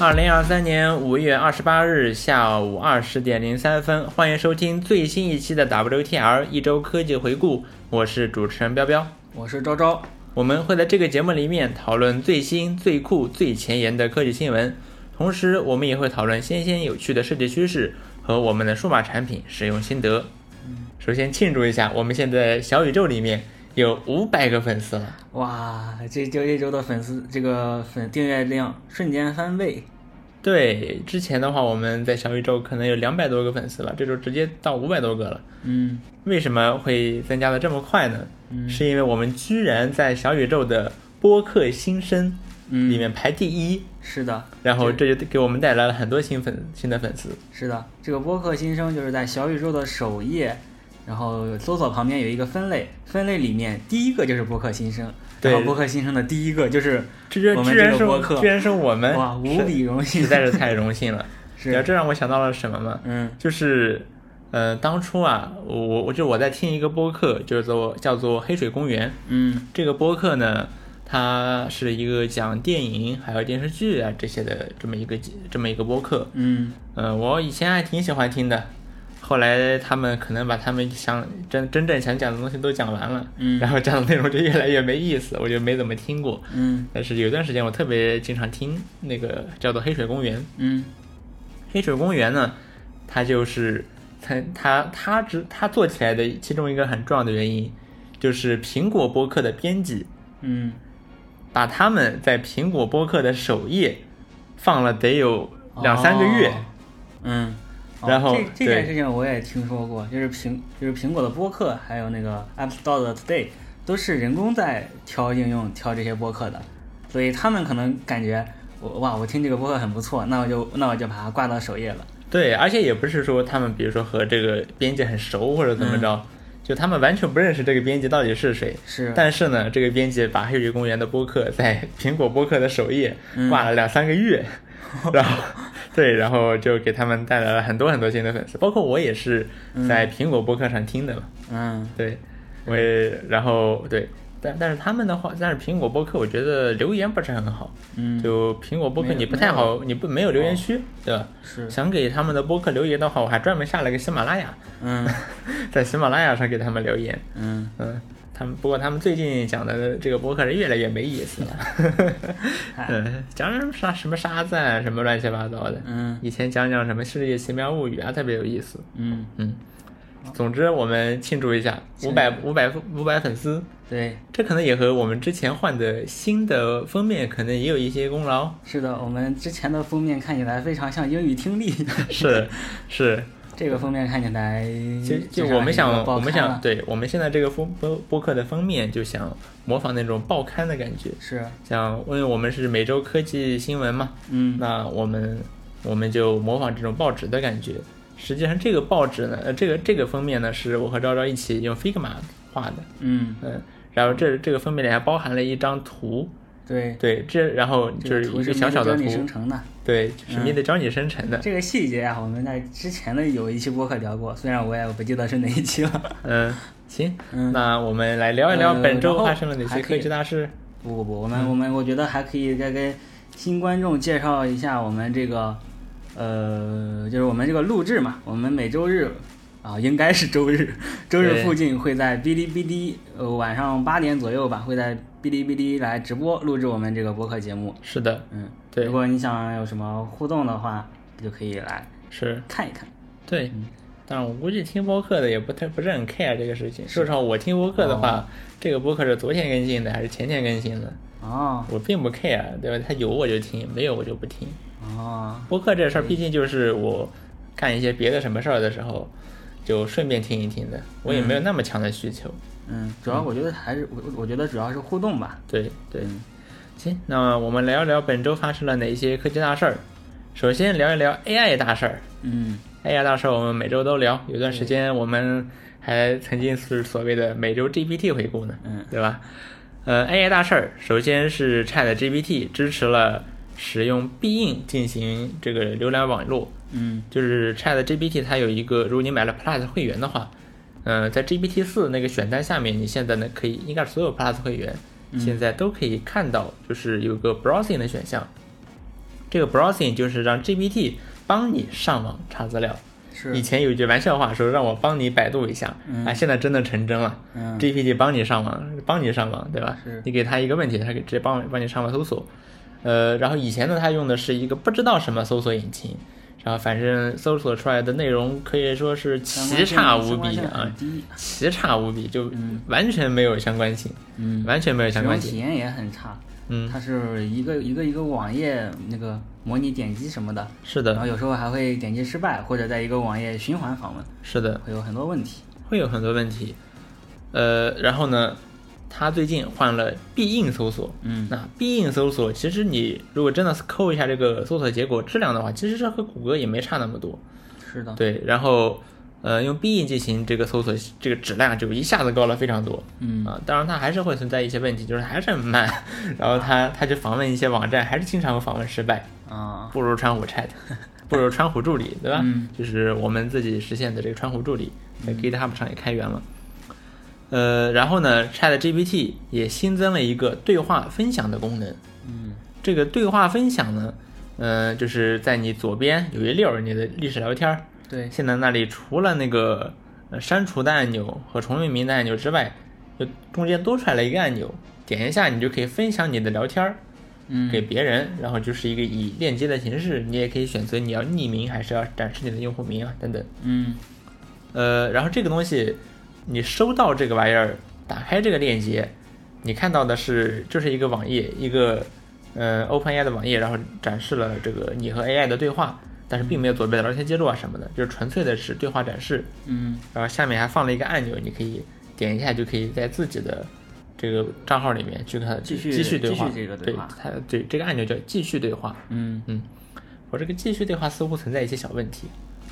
二零二三年五月二十八日下午二十点零三分，欢迎收听最新一期的 WTR 一周科技回顾，我是主持人彪彪。我是昭昭。我们会在这个节目里面讨论最新、最酷、最前沿的科技新闻，同时我们也会讨论新鲜有趣的设计趋势和我们的数码产品使用心得。首先庆祝一下，我们现在小宇宙里面有五百个粉丝了，哇，这这这周的粉丝这个粉订阅量瞬间翻倍，对，之前的话，我们在小宇宙可能有两百多个粉丝吧，这周直接到五百多个了。嗯，为什么会增加的这么快呢？是因为我们居然在小宇宙的播客新生嗯里面排第一，是的，然后这这就给我们带来了很多新粉新的粉丝。是的，这个播客新生就是在小宇宙的首页，然后搜索旁边有一个分类，分类里面第一个就是播客新生，对然后播客新生的第一个就是居然我们居然这是个我播客居，然是我们，哇，无是比荣幸，实在是太荣幸了。你知道 是，这让我想到了什么吗？嗯就是，呃，当初啊，我我我就我在听一个播客，就是做叫做《黑水公园》。嗯这个播客呢，它是一个讲电影还有电视剧啊这些的这么一个这么一个播客。嗯呃，我以前还挺喜欢听的，后来他们可能把他们想真真正想讲的东西都讲完了，嗯然后讲的内容就越来越没意思，我就没怎么听过。嗯但是有段时间我特别经常听那个叫做《黑水公园》，嗯黑水公园呢，它就是它它它只它做起来的其中一个很重要的原因，就是苹果播客的编辑嗯，把他们在苹果播客的首页放了得有两三个月，哦嗯。哦然后这这件对事情我也听说过，就是苹就是苹果的播客，还有那个 App Store 的 Today，都是人工在挑应用、挑这些播客的，所以他们可能感觉我哇，我听这个播客很不错，那我就那我就把它挂到首页了。对，而且也不是说他们比如说和这个编辑很熟或者怎么着，就他们完全不认识这个编辑到底是谁。嗯是，但是呢，这个编辑把黑水公园的播客在苹果播客的首页嗯挂了两三个 月，然后对，然后就给他们带来了很多很多新的粉丝，包括我也是在苹果播客上听的嘛，嗯对，我也然后对，但但是他们的话，但是苹果播客我觉得留言不是很好，嗯，就苹果播客没有哦你不太好，你不没有留言区，对吧？是，嗯想给他们的播客留言的话，我还专门下了个喜马拉雅， 嗯在喜马拉雅上给他们留言，嗯，嗯，他们不过他们最近讲的这个播客是越来越没意思 了，嗯，讲什么啥什么沙赞什么乱七八糟的，嗯以前讲讲什么《世界奇妙物语》啊，特别有意思，嗯，嗯，总之我们庆祝一下五庆百五百五百粉丝，对，这可能也和我们之前换的新的封面可能也有一些功劳，是的，我们之前的封面看起来非常像英语听力， 是是，这个封面看起来就就至少我们已想经不好我们看想了对我们现在这个封播播客的封面就想模仿那种报刊的感觉。是，像因为我们是每周科技新闻嘛，嗯那我们我们就模仿这种报纸的感觉。实际上，这个报纸呢，呃，这个这个封面呢，是我和昭昭一起用 Figma 画的，嗯，嗯，然后这这个封面里还包含了一张图，对。对，这然后这就是图一是个小小的迷图嗯得教你，生嗯成的。对，就是你得教你生成的，这个细节啊，我们在之前的有一期播客聊过，虽然我也不记得是哪一期了。嗯，行，嗯那我们来聊一聊本周呃然后发生了哪还些可科以技大事，不不不，我嗯们我们我觉得还可以再跟新观众介绍一下我们这个，呃，就是我们这个录制嘛，我们每周日啊，应该是周日，周日对附近会在哔哩哔哩，呃，晚上八点左右吧，会在哔哩哔哩来直播录制我们这个播客节目。是的，嗯，对如果你想有什么互动的话，就可以来是看一看。对，嗯但我估计听播客的也不太不是很 care 这个事情。至少我听播客的话，这个播客是昨天更新的还是前天更新的，哦我并不 care，对吧？它有我就听，没有我就不听。哦，播客这事儿，毕竟就是我干一些别的什么事儿的时候，就顺便听一听的，我也没有那么强的需求。嗯，主要我觉得还是我我觉得主要是互动吧。对对，嗯行，那么我们聊一聊本周发生了哪些科技大事儿。首先聊一聊 AI 大事儿。嗯，哎呀，到时候我们每周都聊，有段时间我们还曾经是所谓的每周 GPT 回顾呢，嗯，对吧？呃，AI 大事儿，首先是 Chat GPT 支持了使用必应进行这个浏览网络，嗯就是 Chat GPT 它有一个，如果你买了 Plus 会员的话，嗯、在 GPT 四那个选单下面，你现在呢可以应该是所有 Plus 会员、现在都可以看到，就是有个 browsing 的选项，这个 browsing 就是让 GPT 帮你上网查资料。以是，前有句玩笑话说让我帮你百度一下，嗯啊，现在真的成真了。嗯， GPT 帮你上网，帮你上网，对吧是？你给他一个问题，他可以直接帮帮你上网搜索。呃，然后以前呢，他用的是一个不知道什么搜索引擎，然后反正搜索出来的内容可以说是相奇关性差无相关比性啊很，低，奇差无比，就嗯完全没有相关性，嗯，完全没有使相用关体性。验也很差。嗯，它是一个一个一个网页那个模拟点击什么的，是然的后，有时候还会点击失败，或者在一个网页循环访问，是的，会有很多问题。会有很多问题。呃，然后呢，他最近换了必应搜索，嗯那必应搜索，其实你如果真的抠一下这个搜索结果质量的话，其实这和谷歌也没差那么多。是的，对，然后呃，用必应进行这个搜索，这个质量就一下子高了非常多。嗯啊，当然它还是会存在一些问题，就是还是很慢。 然后它它去访问一些网站，还是经常会访问失败，啊，不如川虎 Chat，不如川虎助理，对吧？嗯就是我们自己实现的这个川虎助理，在 GitHub 上也开源了。呃，然后呢，Chat GPT 也新增了一个对话分享的功能。嗯这个对话分享呢，呃，就是在你左边有一溜儿你的历史聊天儿，对，现在那里除了那个呃删除的按钮和重命名的按钮之外，就中间多出来了一个按钮，点一下你就可以分享你的聊天儿嗯给别人，然后就是一个以链接的形式，你也可以选择你要匿名还是要展示你的用户名啊等等。嗯呃，然后这个东西你收到这个玩意儿，打开这个链接，你看到的是就是一个网页，一个呃 OpenAI 的网页，然后展示了这个你和 AI 的对话，但是并没有左边的聊天记录啊什么的，就是纯粹的是对话展示。嗯然后下面还放了一个按钮，你可以点一下就可以在自己的这个账号里面去看继续继续对继续话，这个对对话它对这个按钮叫继续对话。嗯，我这个继续对话似乎存在一些小问题，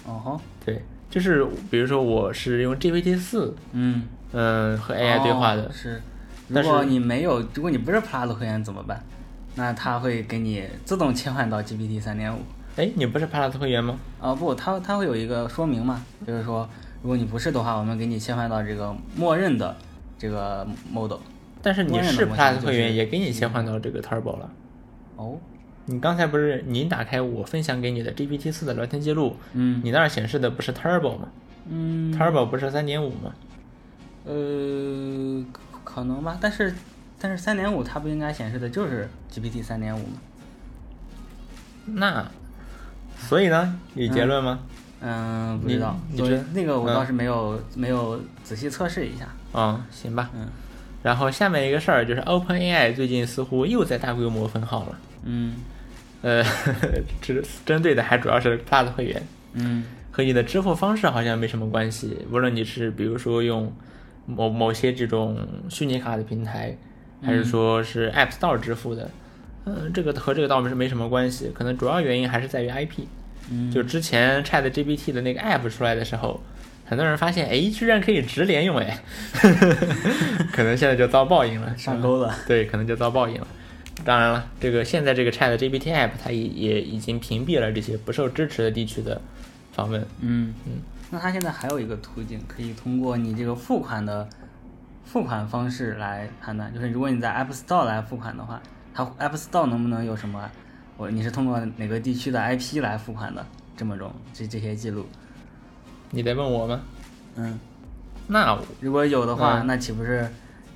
哦吼，对，就是比如说我是用 GPT 四嗯嗯，和 AI 对话的，哦是。如但是果你没有，如果你不是 Plus 会员怎么办？那它会给你自动切换到 GPT 三点五。哎、你不是帕拉斯会员吗？啊、不，它它会有一个说明嘛，就是说，如果你不是的话，我们给你切换到这个默认的这个 model。但是你默认的是模帕拉型斯就会员，是也给你切换到这个 Turbo 了。哦，你刚才不是你打开我分享给你的 GPT 四的聊天记录，嗯你那儿显示的不是 Turbo 吗嗯， ？Turbo 不是三点五吗？呃，可可能吧，但是但是三点五它不应该显示的就是 GPT 三点五吗？那，所以呢，有结论吗？嗯，不你知道，你我知那个我嗯倒是没有、没有仔细测试一下。嗯，行吧。嗯然后下面一个事儿就是 OpenAI 最近似乎又在大规模分号了，嗯呃， 只针对的还主要是 Plus 会员。嗯和你的支付方式好像没什么关系。无论你是比如说用某某些这种虚拟卡的平台，还嗯是说是 App Store 支付的，嗯，这个和这个倒是没什么关系。可能主要原因还是在于 IP。嗯，就之前 Chat GPT 的那个 App 出来的时候，很多人发现，哎，居然可以直连 用，哎， 可能现在就遭报应了，嗯上钩了。 对，可能就遭报应了。当然了，这个现在这个 Chat GPT App 它也也已经屏蔽了这些不受支持的地区的访问，嗯嗯，那它现在还有一个途径，可以通过你这个付款的付款方式来判断，就是如果你在 App Store 来付款的话，它 App Store 能不能有什么？我你是通过哪个地区的 IP 来付款的？这么种这这些记录，你在问我吗？嗯，那我如果有的话，嗯那岂不是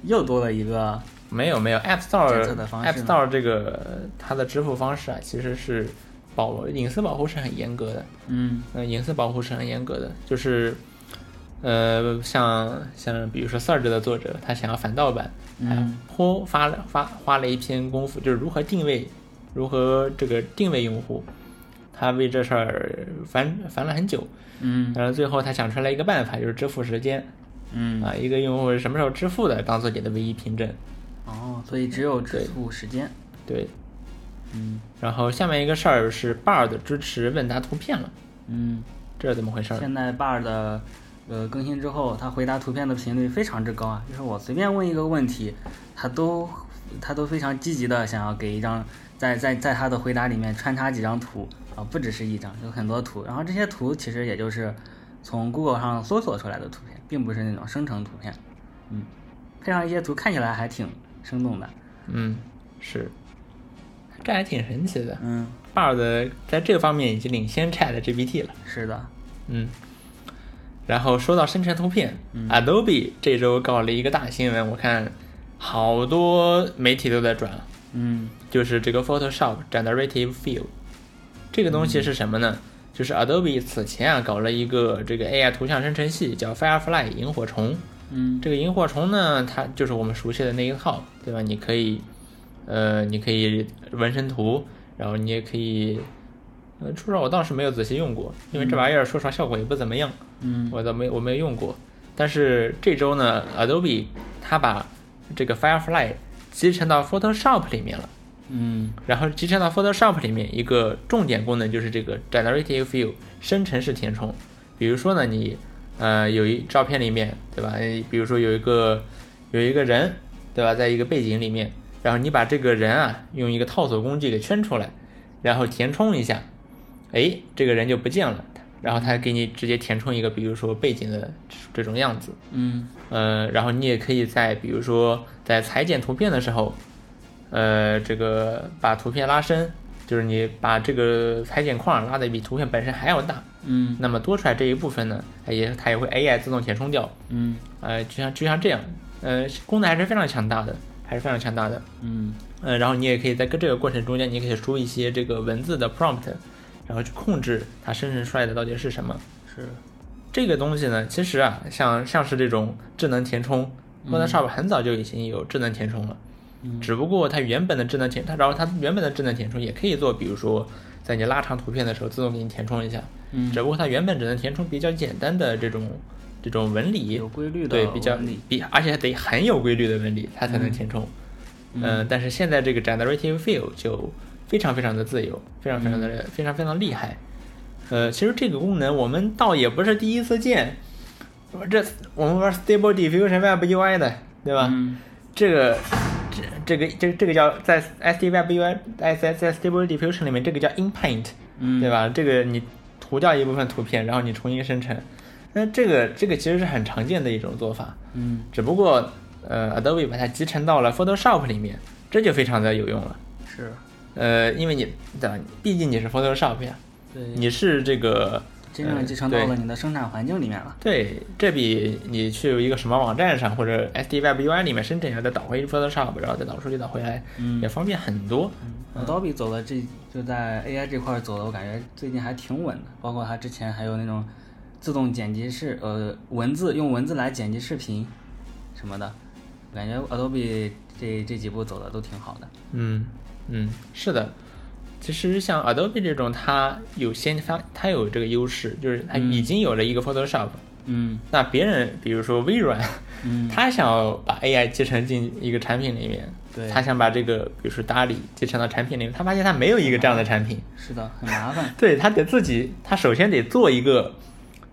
又多了一个？没有没有，App 检 Store 测的方式 App Store 这个它的支付方式啊，其实是保隐私保护是很严格的，嗯嗯、隐私保护是很严格的，就是呃，像像比如说 Surge 的作者，他想要反盗版，嗯还颇发了发花了一篇功夫，就是如何定位，如何这个定位用户，他为这事儿烦烦了很久，嗯然后最后他想出来一个办法，就是支付时间，嗯，啊，一个用户是什么时候支付的，当做你的唯一凭证。哦，所以只有支付时间，对，嗯然后下面一个事儿是 Bard 支持问答图片了，嗯。这是怎么回事儿？现在 Bar 的呃更新之后，它回答图片的频率非常之高啊，就是我随便问一个问题，它都它都非常积极的想要给一张在在在它的回答里面穿插几张图啊，不只是一张，有很多图。然后这些图其实也就是从 Google 上搜索出来的图片，并不是那种生成图片。嗯，配上一些图看起来还挺生动的。嗯，是，这还挺神奇的。嗯， Bard 在这方面已经领先 Chat GPT 了。是的，嗯，然后说到生成图片、a d o b e 这周搞了一个大新闻，我看好多媒体都在转，嗯就是这个 Photoshop Generative Fill 这个东西是什么呢？就是 Adobe 此前啊搞了一个这个 AI 图像生成器，叫 Firefly 萤火虫。嗯这个萤火虫呢，它就是我们熟悉的那一套，对吧？你可以，呃，你可以纹身图，然后你也可以，呃，初上我倒是没有仔细用过，因为这玩意儿说实话效果也不怎么样，嗯我倒没我没有用过。但是这周呢，Adobe 它把这个 Firefly 集成到 Photoshop 里面了。嗯然后集成到 Photoshop 里面一个重点功能就是这个 Generative Fill 生成式填充。比如说呢，你呃有一照片里面，对吧？呃比如说有一个有一个人，对吧？在一个背景里面，然后你把这个人啊用一个套索工具给圈出来，然后填充一下，哎，这个人就不见了。然后它给你直接填充一个，比如说背景的这种样子。嗯呃，然后你也可以在比如说在裁剪图片的时候，呃，这个把图片拉伸，就是你把这个裁剪框拉的比图片本身还要大，嗯那么多出来这一部分呢，它也它也会 AI 自动填充掉，嗯呃，就像就像这样，呃，功能还是非常强大的，还是非常强大的。嗯嗯，然后你也可以在跟这个过程中间，你可以输一些这个文字的 prompt，然后去控制它生成出来的到底是什么。是，这个东西呢，其实啊，像像是这种智能填充，Photoshop 很早就已经有智能填充了，嗯只不过它原本的智能填，它然后它原本的智能填充也可以做，比如说在你拉长图片的时候自动给你填充一下，嗯只不过它原本只能填充比较简单的这种这种纹理，有规律的对，比较纹理比，而且得很有规律的纹理，它才能填充。嗯、但是现在这个 generative fill 就非常非常的自由，非常非常的、嗯非常非常厉害。呃，其实这个功能我们倒也不是第一次见，我这我们玩 Stable Diffusion Web UI 的，对吧？嗯这个这这个这这个叫在 SD Web UI 在在在 Stable Diffusion 里面，这个叫 InPaint，嗯对吧？这个你涂掉一部分图片，然后你重新生成，那这个这个其实是很常见的一种做法，嗯只不过呃 Adobe 把它集成到了 Photoshop 里面，这就非常的有用了。是，呃，因为你对吧？毕竟你是 Photoshop 呀，对，你是这个真正呃集成嗯对到了你的生产环境里面了。对，这比你去一个什么网站上或者 SD Web UI 里面生成一下，再导回 Photoshop，然后再导出去导回来，嗯也方便很多。 Adobe 走了这就在 AI 这块儿走的，我感觉最近还挺稳的。包括它之前还有那种自动剪辑视呃文字用文字来剪辑视频什么的，感觉 Adobe 这这几步走的都挺好的。嗯嗯，是的。其实像 Adobe 这种，它有先发，它有这个优势，就是它已经有了一个 Photoshop，、嗯那别人比如说微软，嗯他想要把 AI 集成进一个产品里面，对他想把这个比如说打理集成到产品里面，他发现他没有一个这样的产品，是的，很 麻烦。对他得自己，他首先得做一个，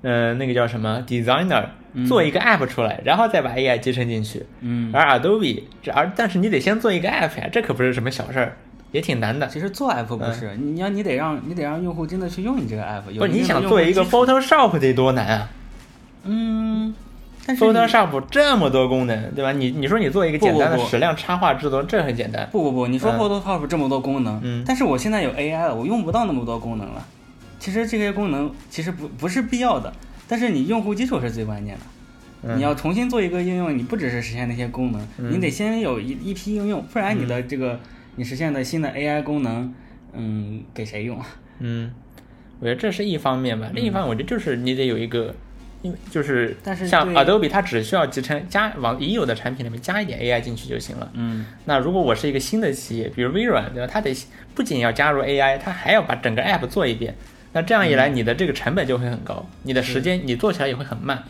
呃，那个叫什么 designer，做一个 app 出来，然后再把 AI 集成进去。嗯，而 Adobe 这而但是你得先做一个 app 呀，这可不是什么小事儿，也挺难的。其实做 app 不是，你要你得让你得让用户真的去用你这个 app，有不是定你的想用做户一个基础 Photoshop 得多难啊嗯，但是你！Photoshop 这么多功能，对吧？你你说你做一个不简不单的不矢量插画制作，这很简单。不不不，你说嗯 Photoshop 这么多功能，嗯但是我现在有 AI 了，我用不到那么多功能了。其实这些功能其实不不是必要的，但是你用户基础是最关键的。嗯嗯你要重新做一个应用，你不只是实现那些功能，你得先有一一批应用，不然你的这个、你实现的新的 AI 功能，嗯，给谁用？嗯，我觉得这是一方面吧，另一方面我觉得就是你得有一个，因为就是嗯但是像对 Adobe 它只需要集成加往已有的产品里面加一点 AI 进去就行了。嗯，那如果我是一个新的企业，比如微软，对吧？它得不仅要加入 AI，它还要把整个 App 做一遍。那这样一来，你的这个成本就会很高，你的时间你做起来也会很慢，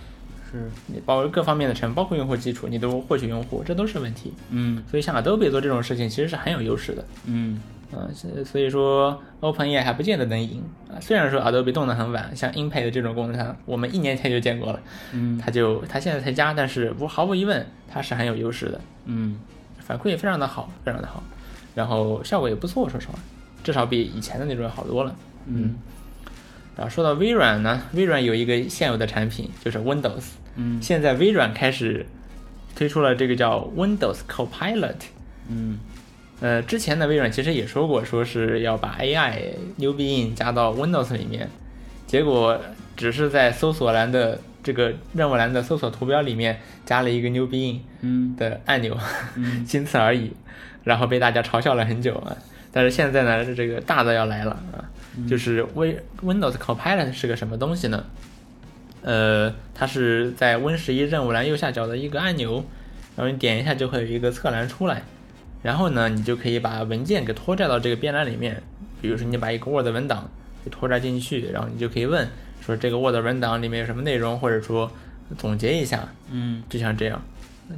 是，你包括各方面的成本，包括用户基础，你都获取用户，这都是问题。嗯所以像 Adobe 做这种事情其实是很有优势的。嗯嗯，所所以说 OpenAI 还不见得能赢啊。虽然说 Adobe 动得很晚，像 InPaint 这种功能，它我们一年前就见过了，嗯它就它现在才加，但是不毫无疑问，它是很有优势的，嗯，反馈也非常的好，非常的好，然后效果也不错，说实话，至少比以前的那种要好多了。嗯然后说到微软呢，微软有一个现有的产品就是 Windows，嗯现在微软开始推出了这个叫 Windows Copilot，嗯呃，之前的微软其实也说过，说是要把 AI 牛鼻印加到 Windows 里面，结果只是在搜索栏的这个任务栏的搜索图标里面加了一个牛鼻印嗯的按钮，嗯仅此而已，然后被大家嘲笑了很久啊。但是现在呢，这个大的要来了啊，就是 Win Windows Copilot 是个什么东西呢？呃，它是在 Win 十一任务栏右下角的一个按钮，然后你点一下就会有一个侧栏出来，然后呢，你就可以把文件给拖拽到这个编栏里面。比如说你把一个 Word 文档给拖拽进去，然后你就可以问说这个 Word 文档里面有什么内容，或者说总结一下，嗯就像这样，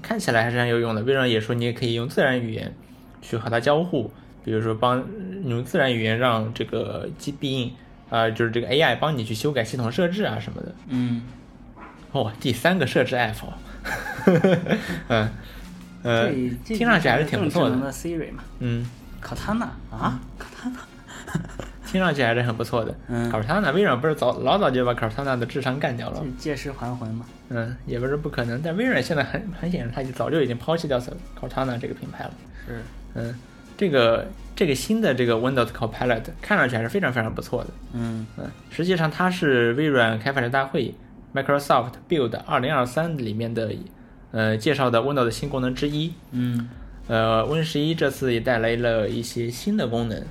看起来还是很有用的。微软也说你也可以用自然语言去和它交互，比如说帮用自然语言让这个 G B 印啊，就是这个 AI 帮你去修改系统设置啊什么的。嗯哦，第三个设置 app，嗯呃，这这听上去还是挺不错更智能的，的 Siri 嘛嗯， ，Cortana 啊，Cortana，听上去还是很不错的。嗯 Cortana 微软不是早老早就把 Cortana 的智商干掉了这，借尸还魂嘛，嗯，也不是不可能，但微软现在很很显然，它就早就已经抛弃掉 Cortana 这个品牌了。是，嗯，这个这个新的这个 Windows Copilot 看上去还是非常非常不错的。嗯嗯，实际上它是微软开发者大会 Microsoft Build 2023里面的呃介绍的 Windows 新功能之一。嗯呃，Win 十一这次也带来了一些新的功能。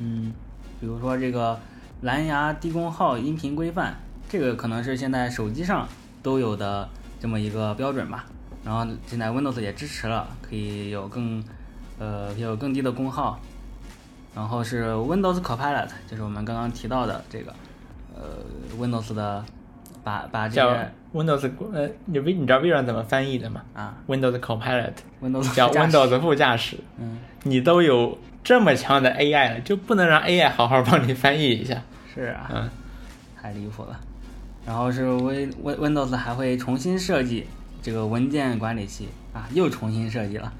嗯，比如说这个蓝牙低功耗音频规范，这个可能是现在手机上都有的这么一个标准吧。然后现在 Windows 也支持了，可以有更呃有更低的功耗。然后是 Windows Copilot，就是我们刚刚提到的这个呃 Windows 的把把这啊叫些 Windows 呃，你微你知道微软怎么翻译的吗啊？Windows Copilot Windows 叫副驾驶 Windows 副驾驶。嗯你都有这么强的 AI 了，就不能让 AI 好好帮你翻译一下？是啊。嗯，太离谱了。然后是 Win Win Windows 还会重新设计这个文件管理器啊，又重新设计了。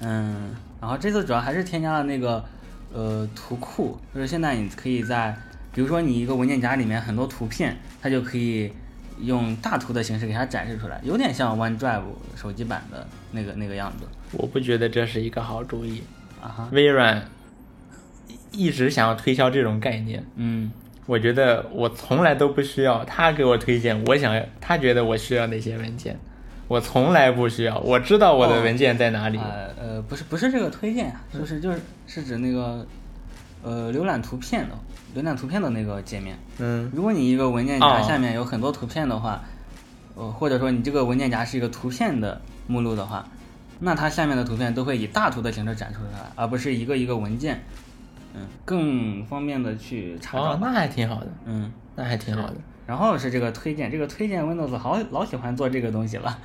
嗯，然后这次主要还是添加了那个呃图库，就是现在你可以在，比如说你一个文件夹里面很多图片，它就可以用大图的形式给它展示出来，有点像 OneDrive 手机版的那个那个样子我不觉得这是一个好主意。啊哈。微软一直想要推销这种概念，嗯我觉得我从来都不需要他给我推荐，我想要他觉得我需要哪些文件，我从来不需要，我知道我哦的文件在哪里。嗯呃呃，不是不是这个推荐啊，就是就是是指那个呃浏览图片的浏览图片的那个界面。嗯，如果你一个文件夹哦下面有很多图片的话，呃或者说你这个文件夹是一个图片的目录的话，那它下面的图片都会以大图的形式展示出来，而不是一个一个文件。嗯，更方便的去查找哦，吧。那还挺好的，嗯，那还挺好的。然后是这个推荐，这个推荐 Windows 好老喜欢做这个东西了。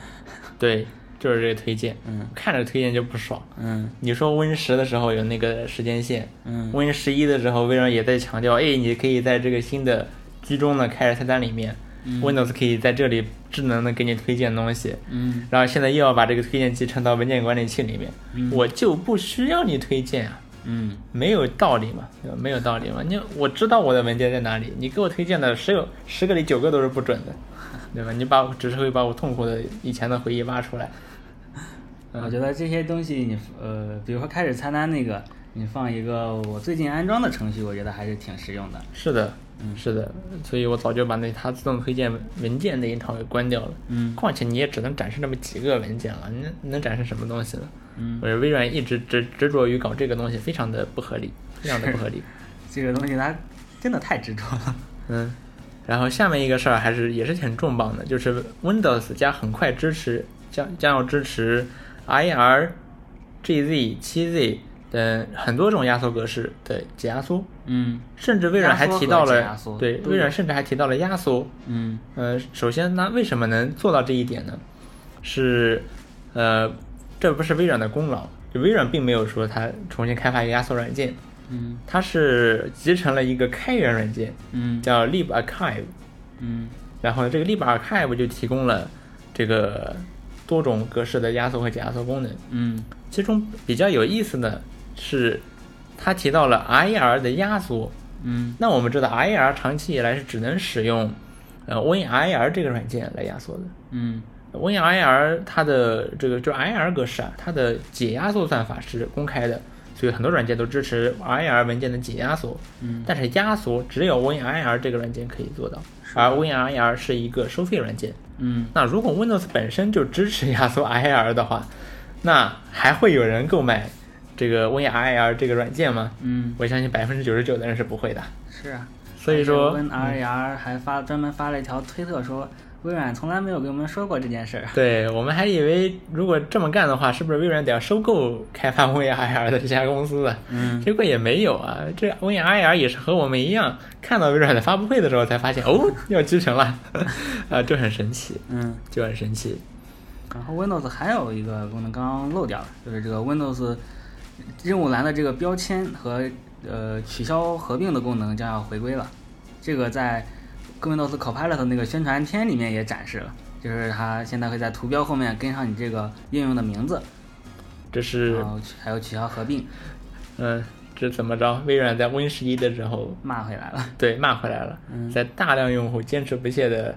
对，就是这个推荐，嗯看着推荐就不爽。嗯你说 Win 十的时候有那个时间线，嗯 Win 十一的时候，微软也在强调，哎，你可以在这个新的居中的开始菜单里面、w i n d o w s 可以在这里智能的给你推荐东西。嗯然后现在又要把这个推荐器撑到文件管理器里面，我就不需要你推荐啊，嗯没有道理嘛，对吧没有道理嘛。你我知道我的文件在哪里，你给我推荐的十有十个里九个都是不准的，对吧？你把我只是会把我痛苦的以前的回忆挖出来。我觉得这些东西你呃，比如说开始菜单那个，你放一个我最近安装的程序，我觉得还是挺实用的。是的，是的，所以我早就把那它自动推荐文件那一套给关掉了。嗯况且你也只能展示那么几个文件了，你你能展示什么东西呢？嗯，我觉得微软一直执执着于搞这个东西，非常的不合理，非常的不合理。这个东西它真的太执着了。 嗯，然后下面一个事儿还是也是挺重磅的，就是 Windows 加很快支持将将要支持 IR、GZ、7Z 等很多种压缩格式的解压缩，嗯甚至微软还提到压了缩和解压缩对都有微软甚至还提到了压缩。嗯呃，首先呢，为什么能做到这一点呢？是，呃，这不是微软的功劳，就微软并没有说它重新开发一个压缩软件，嗯它是集成了一个开源软件，嗯叫 libarchive，嗯然后这个 libarchive 就提供了这个多种格式的压缩和解压缩功能。嗯其中比较有意思的是，它提到了 IR 的压缩，嗯那我们知道 IR 长期以来是只能使用呃 WinIR 这个软件来压缩的。嗯 WinIR 它的这个就是 IR 格式啊，它的解压缩算法是公开的，所以很多软件都支持 IR 文件的解压缩。嗯，但是压缩只有 WinIR 这个软件可以做到，而 WinIR 是一个收费软件。嗯，那如果 Windows 本身就支持压缩 IR 的话，那还会有人购买这个 WinIR 这个软件吗？嗯，我相信百分之九十九的人是不会的。是啊。所以说， ，Win R E R 还发专门发了一条推特说，微软从来没有给我们说过这件事儿。对我们还以为如果这么干的话，是不是微软得要收购开发 WinIR 的这家公司啊？嗯，结果也没有啊，这 WinIR 也是和我们一样，看到微软的发布会的时候才发现，哦， 要集成了，啊，这很神奇，嗯，就很神奇。然后 Windows 还有一个功能刚刚漏掉了，就是这个 Windows 任务栏的这个标签和呃取消合并的功能将要回归了。这个在 Windows Copilot 那个宣传片里面也展示了，就是它现在会在图标后面跟上你这个应用的名字，这是然，后取还有取消合并，嗯，这怎么着？微软在 Win 十一的时候，骂回来了。嗯对骂回来了，在大量用户坚持不懈的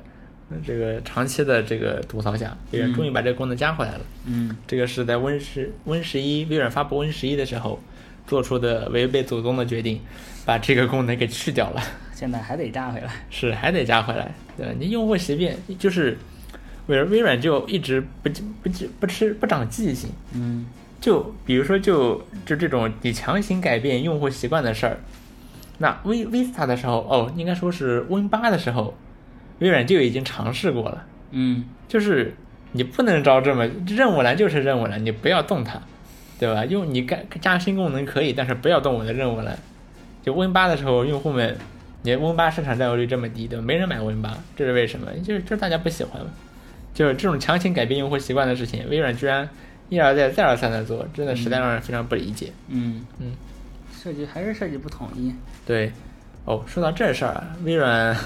呃这个长期的这个吐槽下，微软终于把这个功能加回来了。嗯这个是在 Win 十 Win 十一微软发布 Win 十一的时候做出的违背祖宗的决定，把这个功能给去掉了。现在还得加回来。是还得加回来，对吧？你用户习变就是微微软就一直不不不吃不长记性，嗯就比如说就就这种你强行改变用户习惯的事儿，那 V Vista 的时候哦，应该说是 Win 八的时候，微软就已经尝试过了，嗯就是你不能招这么任务栏就是任务栏，你不要动它，对吧？用你干加新功能可以，但是不要动我的任务栏。就 Win 八的时候，用户们，你 Win 八市场占有率这么低，对吧？没人买 Win 八，这是为什么？就是就是大家不喜欢嘛。就是这种强行改变用户习惯的事情，微软居然一而再再而三的做，真的实在让人非常不理解。嗯嗯，设计还是设计不统一。对，哦，说到这事儿啊，微软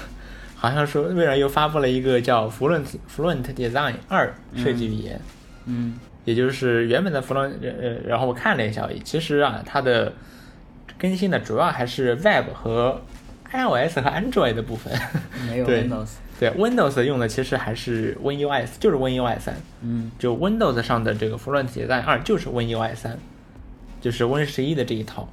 好像说微软又发布了一个叫 Fluent Fluent Design 二设计语言。嗯也就是原本的弗洛呃，然后我看了一下，其实啊，它的更新的主要还是 Web 和 iOS 和 Android 的部分。 没有对 Windows。对 Windows 用的其实还是 WinUI，就是 WinUI 三，嗯就 Windows 上的这个 Fluent Design 二就是 WinUI 三，就是 Win 十一的这一套。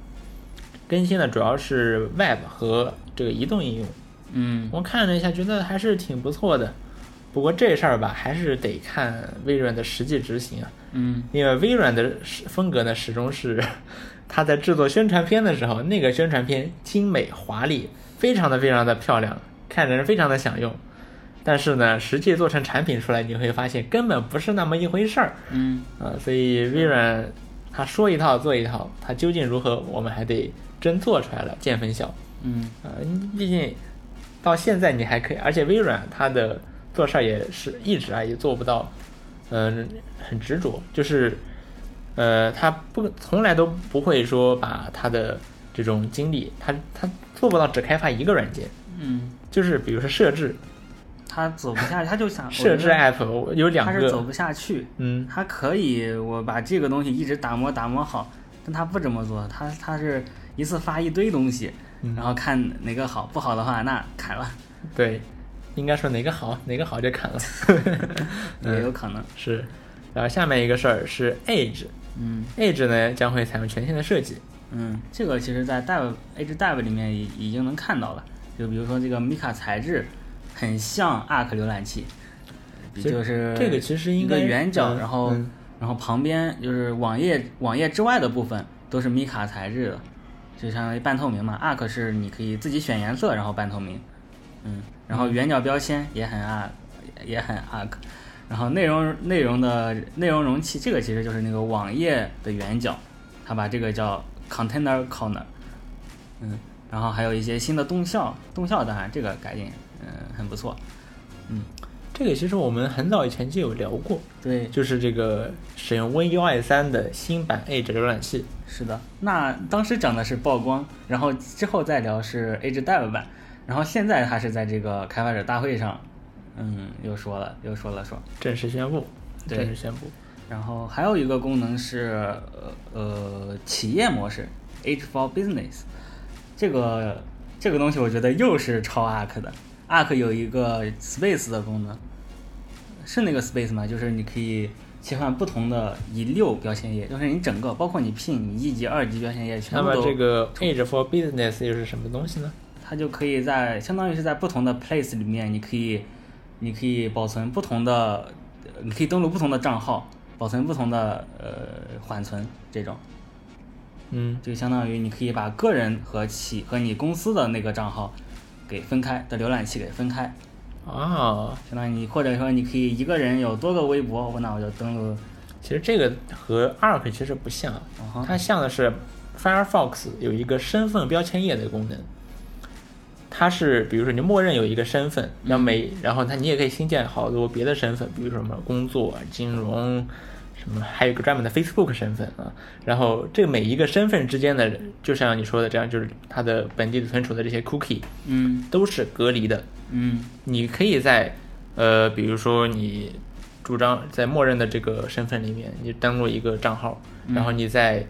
更新的主要是 Web 和这个移动应用。嗯我看了一下，觉得还是挺不错的。不过这事儿吧，还是得看微软的实际执行啊。嗯因为微软的始风格呢，始终是 它在制作宣传片的时候，那个宣传片精美华丽，非常的非常的漂亮，看人非常的享用。但是呢，实际做成产品出来，你会发现根本不是那么一回事儿嗯啊、所以微软它说一套做一套，它究竟如何，我们还得真做出来了见分晓。嗯啊、毕竟到现在你还可以，而且微软它的做事儿也是一直啊也做不到，嗯、很执着，就是呃，它不从来都不会说把它的这种精力，它它做不到只开发一个软件，嗯，就是比如说设置他走不下去，他就想设置 app 我有两他是走个，不下去。嗯，他可以，我把这个东西一直打磨打磨好，但他不这么做，他他是一次发一堆东西，嗯然后看哪个好，不好的话那砍了，对，应该说哪个好哪个好就砍了，嗯也有可能。是。然后下面一个事儿是 Edge，Edge 嗯呢将会采用全新的设计，嗯，这个其实在 Dev H Dev 里面已已经能看到了，就比如说这个 Mica 材质很像 Arc 浏览器，这就是这个其实应一个该圆角，嗯然后、嗯然后旁边就是网页网页之外的部分都是米卡材质的，就相当于半透明嘛。Arc 是你可以自己选颜色，然后半透明，嗯，然后圆角标签也很 Arc，也很 Arc，然后内容内容的内容容器，这个其实就是那个网页的圆角，它把这个叫 Container Corner，嗯，然后还有一些新的动效，动效当然这个改进，嗯，很不错，嗯这个其实我们很早以前就有聊过，对，就是这个使用 WinUI 三的新版 Edge 浏览器。是的，那当时讲的是曝光，然后之后再聊是 Edge Dev 版，然后现在它是在这个开发者大会上，嗯，又说了又说了说，正式宣布，对正式宣布。然后还有一个功能是呃呃企业模式 Edge for Business，这个这个东西我觉得又是超 Arc 的，Arc 有一个 Space 的功能，是那个 space 吗？就是你可以切换不同的一溜标签页，就是你整个，包括你 pin 你一级、二级标签页，全那部么都，这个 Age for Business 又是什么东西呢？它就可以在相当于是在不同的 place 里面，你可以，你可以保存不同的，呃你可以登录不同的账号，保存不同的呃缓存这种。嗯，就相当于你可以把个人和企和你公司的那个账号给分开的浏览器给分开，啊，相当于你或者说你可以一个人有多个微博，我那我就登录，其实这个和 Arc 其实不像嗯哼，它像的是 Firefox 有一个身份标签页的功能。它是，比如说你默认有一个身份，那每然后它你也可以新建好多别的身份，比如说什么工作、金融，什么还有一个专门的 Facebook 身份啊。然后这每一个身份之间的，就像你说的这样，就是它的本地存储的这些 cookie 嗯都是隔离的，嗯你可以在呃，比如说你主张在默认的这个身份里面，你登录一个账号，嗯然后你在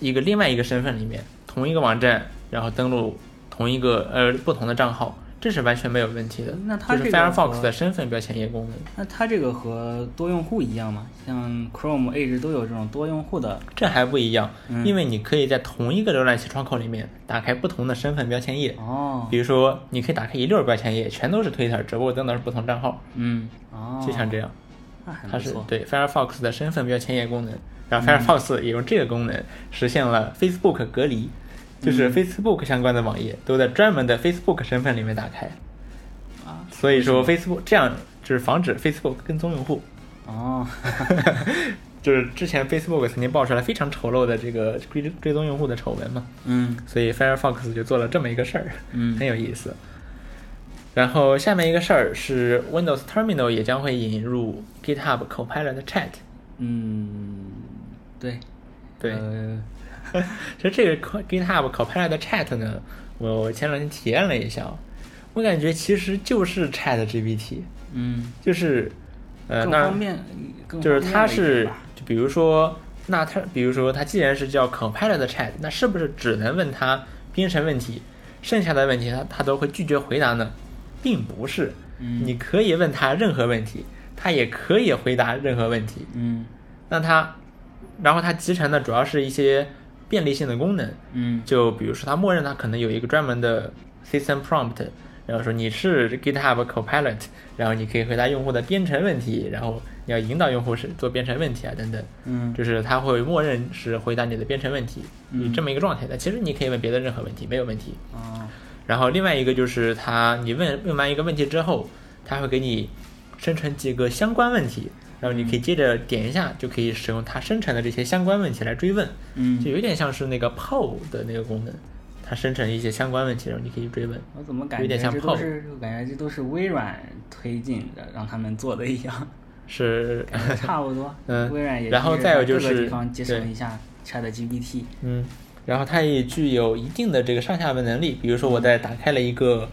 一个另外一个身份里面，同一个网站，然后登录同一个呃不同的账号，这是完全没有问题的。那它就是这个 Firefox 和的身份标签页功能，那它这个和多用户一样吗？像 Chrome、Edge 都有这种多用户的，这还不一样，嗯因为你可以在同一个浏览器窗口里面打开不同的身份标签页。哦，比如说，你可以打开一溜儿标签页，全都是 Twitter，只不过登的是不同账号，嗯，哦，就像这样。那很它不是错，嗯对 Firefox 的身份标签页功能，然后 Firefox 也用这个功能实现了 Facebook 隔离，就是嗯 Facebook 相关的网页都在专门的 Facebook 身份里面打开，啊，所以说 Facebook 这样就是防止 Facebook 跟踪 用户，哦，就是之前 Facebook 曾经爆出来非常丑陋的这个追追踪用户的丑闻嘛，嗯所以 Firefox 就做了这么一个事儿，嗯很有意思。然后下面一个事儿是 Windows Terminal 也将会引入 GitHub Copilot Chat，嗯，对，对。呃 其实这个 GitHub Copilot Chat 呢，我我前两天体验了一下，我感觉其实就是 Chat GPT，嗯，就是呃，更那方便，更就是方便它了一点是吧就比如说，那它比如说它既然是叫 Copilot Chat，那是不是只能问它编程问题，剩下的问题它它都会拒绝回答呢？并不是，嗯你可以问它任何问题，它也可以回答任何问题。嗯那它，然后它集成的主要是一些便利性的功能，嗯就比如说它默认它可能有一个专门的 system prompt，然后说你是 GitHub Copilot，然后你可以回答用户的编程问题，然后你要引导用户是做编程问题啊等等，嗯就是它会默认是回答你的编程问题，嗯有这么一个状态。但其实你可以问别的任何问题，没有问题。啊然后另外一个就是它，你问问完一个问题之后，它会给你生成几个相关问题，然后你可以接着点一下，就可以使用它生成的这些相关问题来追问，就嗯，有点像是那个 PO 的那个功能，它生成一些相关问题，然后你可以追问。我怎么感有觉点像这都 Pop 是我感觉这都是微软推进的，让他们做的 一样，是，感觉差不多。嗯微软也然后是再有在就各个是地方节对省一下 Chat GPT，嗯，然后它也具有一定的这个上下文能力，比如说我在打开了一个，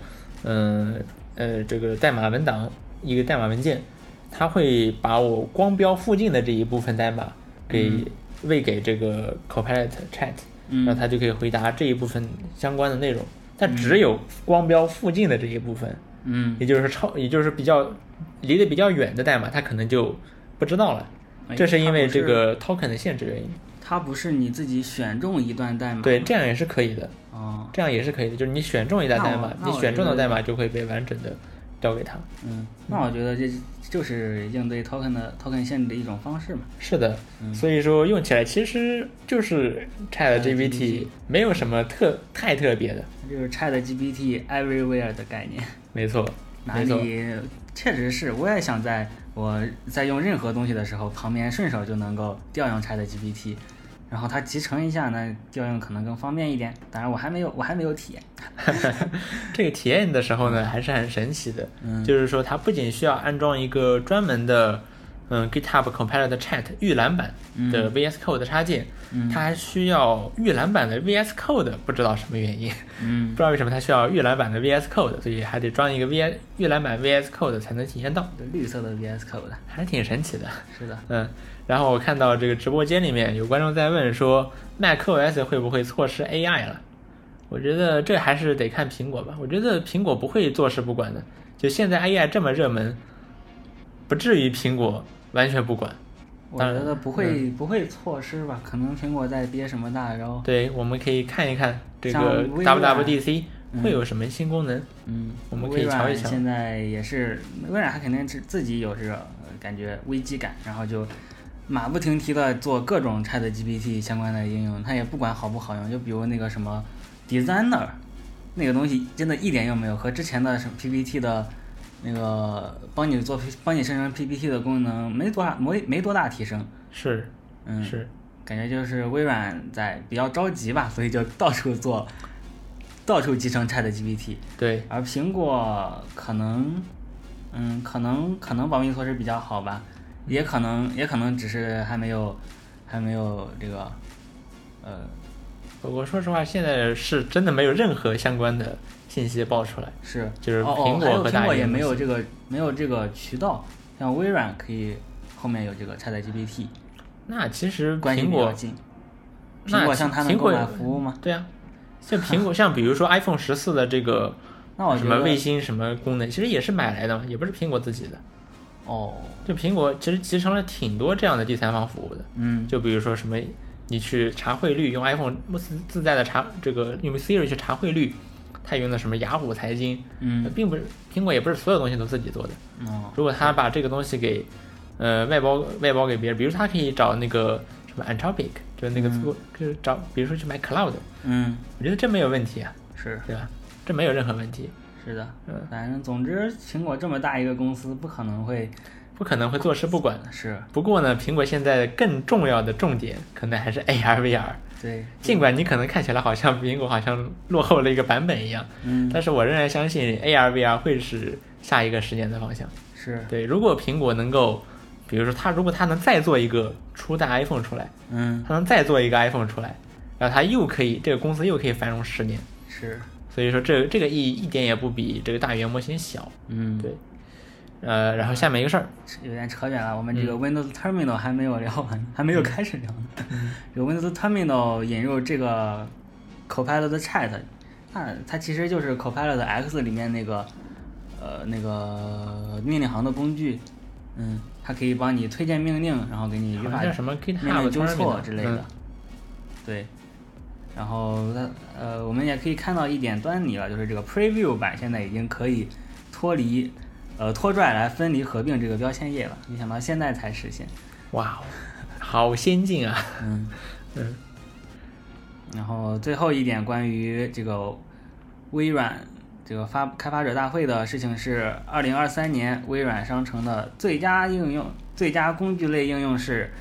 嗯呃这个代码文档一个代码文件，它会把我光标附近的这一部分代码给、喂给这个 Copilot Chat，、嗯然后它就可以回答这一部分相关的内容，但只有光标附近的这一部分，嗯，也就是超，也就是比较离得比较远的代码，它可能就不知道了。哎这是因为它不这是个 token 的限制原因。它不是你自己选中一段代码，对，，这样也是可以的，哦，这样也是可以的，就是你选中一代代码那我，那你我选中的觉得代码就会被完整的交给他。嗯，那我觉得这就是应对 token 的 token 限制的一种方式嘛，是的，嗯所以说用起来其实就是 Chat GPT，没有什么特太特别的。就是 Chat GPT everywhere 的概念。没错，哪没错，里确实是，我也想在我在用任何东西的时候，旁边顺手就能够调用 Chat GPT，然后它集成一下呢，调用可能更方便一点。当然我还没有，我还没有体验。 这个体验的时候呢，还是很神奇的。嗯就是说，它不仅需要安装一个专门的，嗯，GitHub Copilot Chat 预览版的嗯 VS Code 插件，它还需要预览版的 VS Code，不知道什么原因，不嗯知道为什么它需要预览版的 VS Code，所以还得装一个 V 预览版 VS Code 才能体验到，绿色的 VS Code，还挺神奇的。是的，嗯，然后我看到这个直播间里面有观众在问说，macOS 会不会错失 AI 了？我觉得这还是得看苹果吧。我觉得苹果不会坐视不管的。就现在 AI 这么热门，不至于苹果完全不管。我当然嗯觉得不会、不会错失吧，可能苹果在憋什么大招，对，我们可以看一看这像个微软 WWDC 会有什么新功能。嗯，我们可以微软瞧一瞧现在也是微软，它肯定是自己有这个呃感觉危机感，然后就马不停蹄的做各种 Chat GPT 相关的应用，它也不管好不好用。就比如那个什么 Designer 那个东西，真的一点用没有，和之前的什么 PPT 的那个帮你做帮你生成 PPT 的功能没多大没没多大提升。是，嗯，是，感觉就是微软在比较着急吧，所以就到处做，到处集成 Chat GPT。对，而啊苹果可能，嗯，可能可能保密措施比较好吧，也可能也可能只是还没有还没有这个，呃，我我说实话，现在是真的没有任何相关的信息爆出来。是就是哦苹哦，果还有和大苹果英也公没有司这个没有这个渠道，像微软可以后面有这个 ChatGPT，那其实关系苹比较果，近。那苹果向他们苹购果买服务吗？对啊，像苹果，像比如说 iPhone 十四的这个 那我什觉么卫得星什么功能，其实也是买来的嘛，也不是苹果自己的。哦，就苹果其实集成了挺多这样的第三方服务的，嗯，就比如说什么，你去查汇率，用 iPhone 自自带的查这个用 Siri 去查汇率，它用的什么雅虎财经，嗯，并不是苹果也不是所有东西都自己做的。哦，如果他把这个东西给呃外包外包给别人，比如他可以找那个什么 Anthropic，就是那个做、就是找，比如说去买 Cloud，嗯，我觉得这没有问题啊，是对吧？这没有任何问题，是的，嗯反正总之，苹果这么大一个公司，不可能会不可能会坐视不管的。是不过呢，苹果现在更重要的重点可能还是 AR VR。对，尽管你可能看起来好像苹果好像落后了一个版本一样，嗯，但是我仍然相信 AR VR 会是下一个十年的方向。是，对，如果苹果能够，比如说它如果它能再做一个初代 iPhone 出来，嗯，它能再做一个 iPhone 出来，然后它又可以这个公司又可以繁荣十年，是，所以说这这个意义一点也不比这个大语言模型小。嗯，对，呃，然后下面一个事儿，有点扯远了，我们这个 Windows Terminal 还没有聊完，还没有开始聊呢。这个 Windows Terminal 引入这个 Copilot Chat，那它其实就是 Copilot X 里面那个呃那个命令行的工具，嗯，它可以帮你推荐命令，然后给你语好像法叫什么命 GitHub 令纠 Terminal 错之类的。嗯对，然后它呃，我们也可以看到一点端倪了，就是这个 Preview 版现在已经可以脱离呃拖拽来分离合并这个标签页了，没想到现在才实现。哇哦，好先进啊！ 嗯嗯， 然后最后一点关于这个微软这个发开发者大会的事情是，二零二三年微软商城的最佳应用、最佳工具类应用是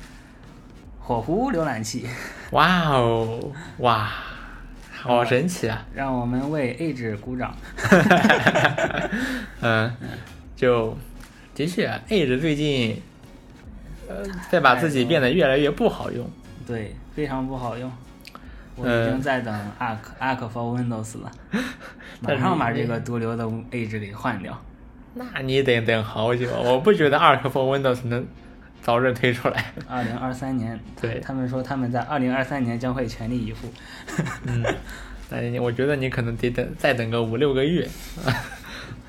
火狐浏览器。哇哦，哇，好神奇啊！让我们为 Edge 鼓掌。 嗯，就的确，Edge 最近呃在把自己变得越来越不好用。对，非常不好用。我呃已经在等 Arc、Arc for Windows 了， 但马是上把你这个毒瘤的 Edge 给换掉。那你得等好久，我不觉得 Arc for Windows 能早日推出来。二零二三年，对他们说他们在二零二三年将会全力以赴。嗯，但我觉得你可能得等再等个五六个月。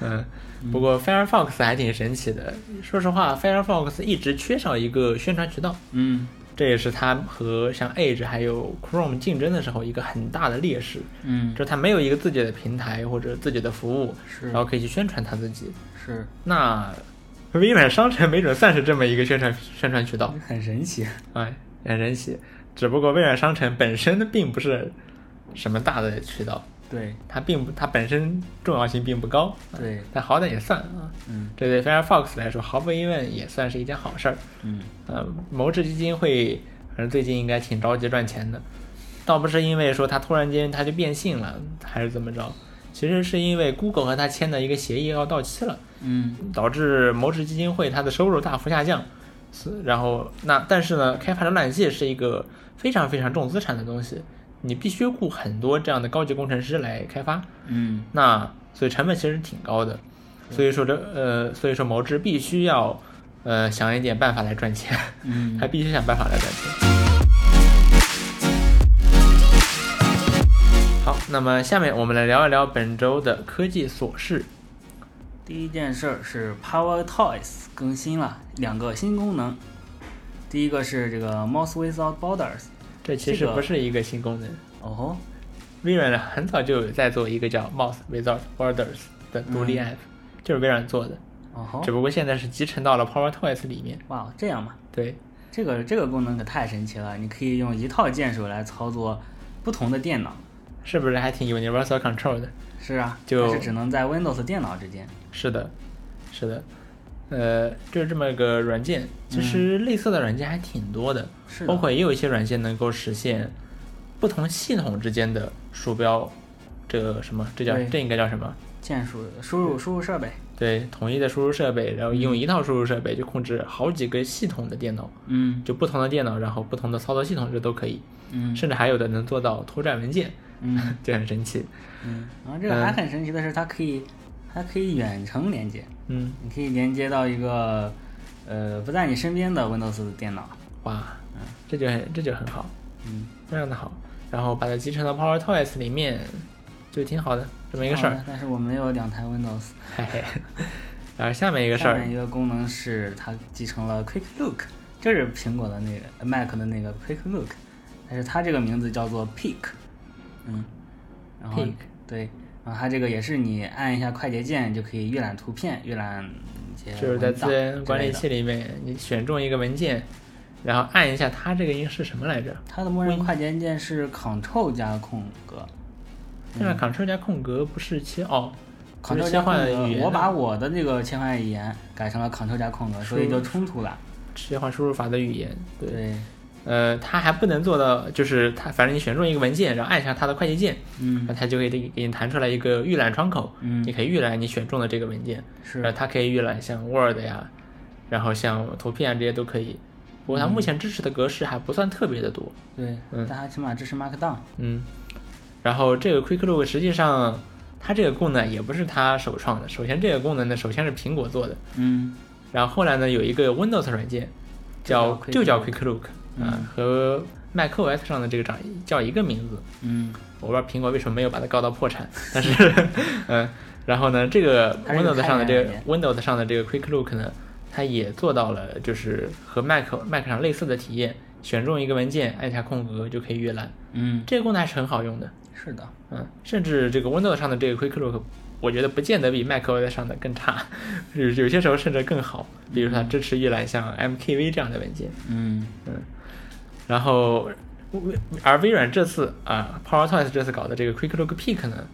嗯，不过 Firefox 还挺神奇的。说实话，Firefox 一直缺少一个宣传渠道，嗯这也是它和像 Edge 还有 Chrome 竞争的时候一个很大的劣势。嗯，就是它没有一个自己的平台或者自己的服务，是然后可以去宣传它自己。是那微软商城没准算是这么一个宣传宣传渠道，很神奇。哎，很神奇。只不过微软商城本身并不是什么大的渠道，对它并不它本身重要性并不高，对，但好歹也算啊。嗯这对 Firefox 来说，毫无疑问也算是一件好事儿。嗯嗯，谋智基金会反正最近应该挺着急赚钱的，倒不是因为说它突然间它就变性了，还是怎么着？其实是因为 Google 和它签的一个协议要到期了，嗯导致谋智基金会它的收入大幅下降。是然后那但是呢，开发浏览器是一个非常非常重资产的东西，你必须雇很多这样的高级工程师来开发。嗯那所以成本其实挺高的，所以说这呃，所以说谋智必须要呃想一点办法来赚钱， 嗯他必须想办法来赚钱。好，那么下面我们来聊一聊本周的科技琐事。第一件事儿是 Power Toys 更新了两个新功能，第一个是这个 Mouse Without Borders。这其实这个不是一个新功能，哦吼，微软很早就有在做一个叫 Mouse Without Borders 的独立 app，、就是微软做的，嗯哦吼只，不过现在是集成到了 PowerToys 里面。哇，这样吧，对，这个这个功能可太神奇了，你可以用一套键鼠来操作不同的电脑。是不是还挺 Universal Control 的？是啊，就但是只能在 Windows 电脑之间。是的，是的，呃，就是这么一个软件。其实类似的软件还挺多的，嗯是的包括也有一些软件能够实现不同系统之间的鼠标，这个什么，这叫对这应该叫什么？键鼠输入输入设备，对，统一的输入设备，然后用一套输入设备就控制好几个系统的电脑，嗯就不同的电脑，然后不同的操作系统这都可以，嗯甚至还有的能做到拖拽文件，嗯就很神奇。嗯。然后这个还很神奇的是，它可以它可以远程连接，嗯，你可以连接到一个呃不在你身边的 Windows 的电脑。哇，这就很这就很好。嗯，非常的好，然后把它集成到 Power Toys 里面，就挺好的这么一个事好儿的。但是我没有两台 Windows。哦嘿嘿。 然后下面一个事下儿面，一个功能是它集成了 Quick Look，这是苹果的那个呃 Mac 的那个 Quick Look，但是它这个名字叫做 Peek，嗯，然后 Peek 对，然后它这个也是你按一下快捷键就可以预览图片、预览一些就是在文档资源管理之类的。器里面，你选中一个文件，然后按一下它这个应是什么来着？它的默嗯认快捷键是 Ctrl 加空格现在 Ctrl 加空格不是切哦，不是，Ctrl 切加空换语言啊格，的，我把我的这个切换语言改成了 Ctrl 加空格，所以就冲突了。切换输入法的语言。对，对，呃，它还不能做到，就是它反正你选中一个文件，然后按一下它的快捷键，嗯那它就会给给你弹出来一个预览窗口，嗯你可以预览你选中的这个文件。是然后它可以预览像 Word 呀，然后像图片啊这些都可以。不过它目嗯前支持的格式还不算特别的多，对，嗯但它起码支持 Markdown。嗯。然后这个 Quick Look 实际上它这个功能也不是它首创的，首先这个功能呢，首先是苹果做的，嗯然后后来呢有一个 Windows 软件叫就就叫叫 Quick Quick Look，嗯啊和 macOS 上的这个长叫一个名字，嗯。我不知道苹果为什么没有把它告到破产，但是， 嗯，然后呢，这个它是个 Windows 上的开这个源 Windows 上的这个 Quick Look 呢，它也做到了就是和 Mac Mac 上类似的体验，选中一个文件，按下空格就可以预览，嗯，这个功能还是很好用的，是的，嗯，甚至这个 Windows 上的这个 Quick Look，我觉得不见得比 macOS 上的更差， 有有些时候甚至更好，比如说它支持预览像 MKV 这样的文件，嗯然后微而微软这次啊，PowerToys 这次搞的这个 Quick Look Peek 呢，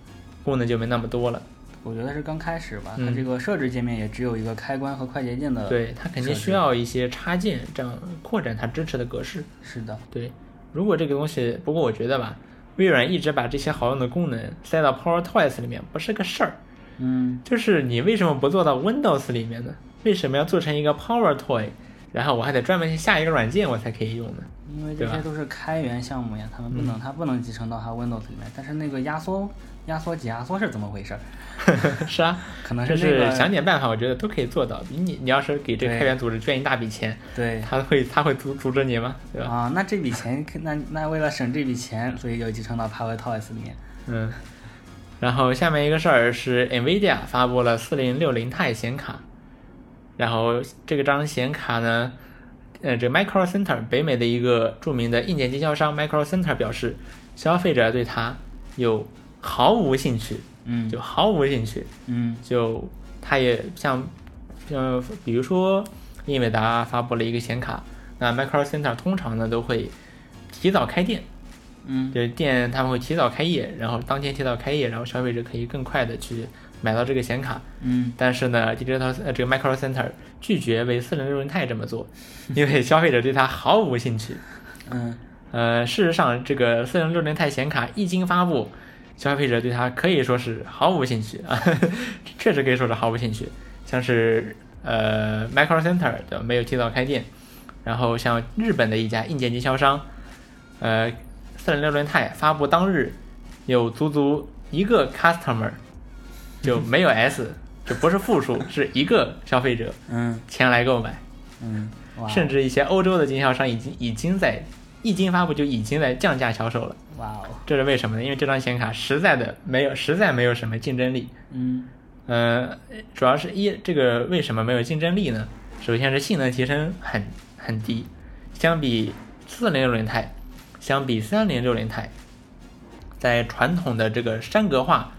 功能就没那么多了。，我觉得是刚开始吧，嗯它这个设置界面也只有一个开关和快捷键的，，对，它肯定需要一些插件，这样扩展它支持的格式。是的，对，如果这个东西，不过我觉得吧，微软一直把这些好用的功能塞到 PowerToys 里面不是个事儿，嗯，就是你为什么不做到 Windows 里面呢？为什么要做成一个 PowerToy，然后我还得专门去下一个软件我才可以用呢？因为这对些吧嗯都是开源项目呀，他们不能，它不能集成到它 Windows 里面，但是那个压缩、压缩、挤压缩是怎么回事儿？ 是啊，可能就是那个想点办法，我觉得都可以做到。你你要是给这个对开源组织捐一大笔钱，对。他会他会阻阻止你吗？对吧？啊，那这笔钱，那那为了省这笔钱，所以就集成到 PowerToys 里面。嗯。然后下面一个事儿是 NVIDIA 发布了4060 Ti 显卡，然后这个张显卡呢，呃，这 Micro Center 北美的一个著名的硬件经销商 Micro Center 表示，消费者对它有毫无兴趣，嗯就毫无兴趣。嗯就它也像，像比如说英伟达发布了一个显卡，那 Micro Center 通常呢都会提早开店，嗯就是店他们会提早开业，然后当天提早开业，然后消费者可以更快的去买到这个显卡。嗯，但是呢，Digital 呃这个 Micro Center 拒绝为四零六零 Ti 这么做，因为消费者对它毫无兴趣。嗯呃，事实上，这个四零六零 Ti 显卡一经发布，消费者对它可以说是毫无兴趣啊， 确实可以说是毫无兴趣。像是呃 Micro Center 的没有提早开店，然后像日本的一家硬件经销商，呃，四零六零 Ti 发布当日，有足足一个 customer，就没有 S，就不是复数，是一个消费者嗯前来购买。嗯，哇甚至一些欧洲的经销商已经已经在一经发布就已经在降价销售了。哇哦，这是为什么呢？因为这张显卡实在的没有，实在没有什么竞争力。嗯呃，主要是一这个为什么没有竞争力呢？首先是性能提升很很低，相比四零六零 i 相比三零六零 i 在传统的这个栅格化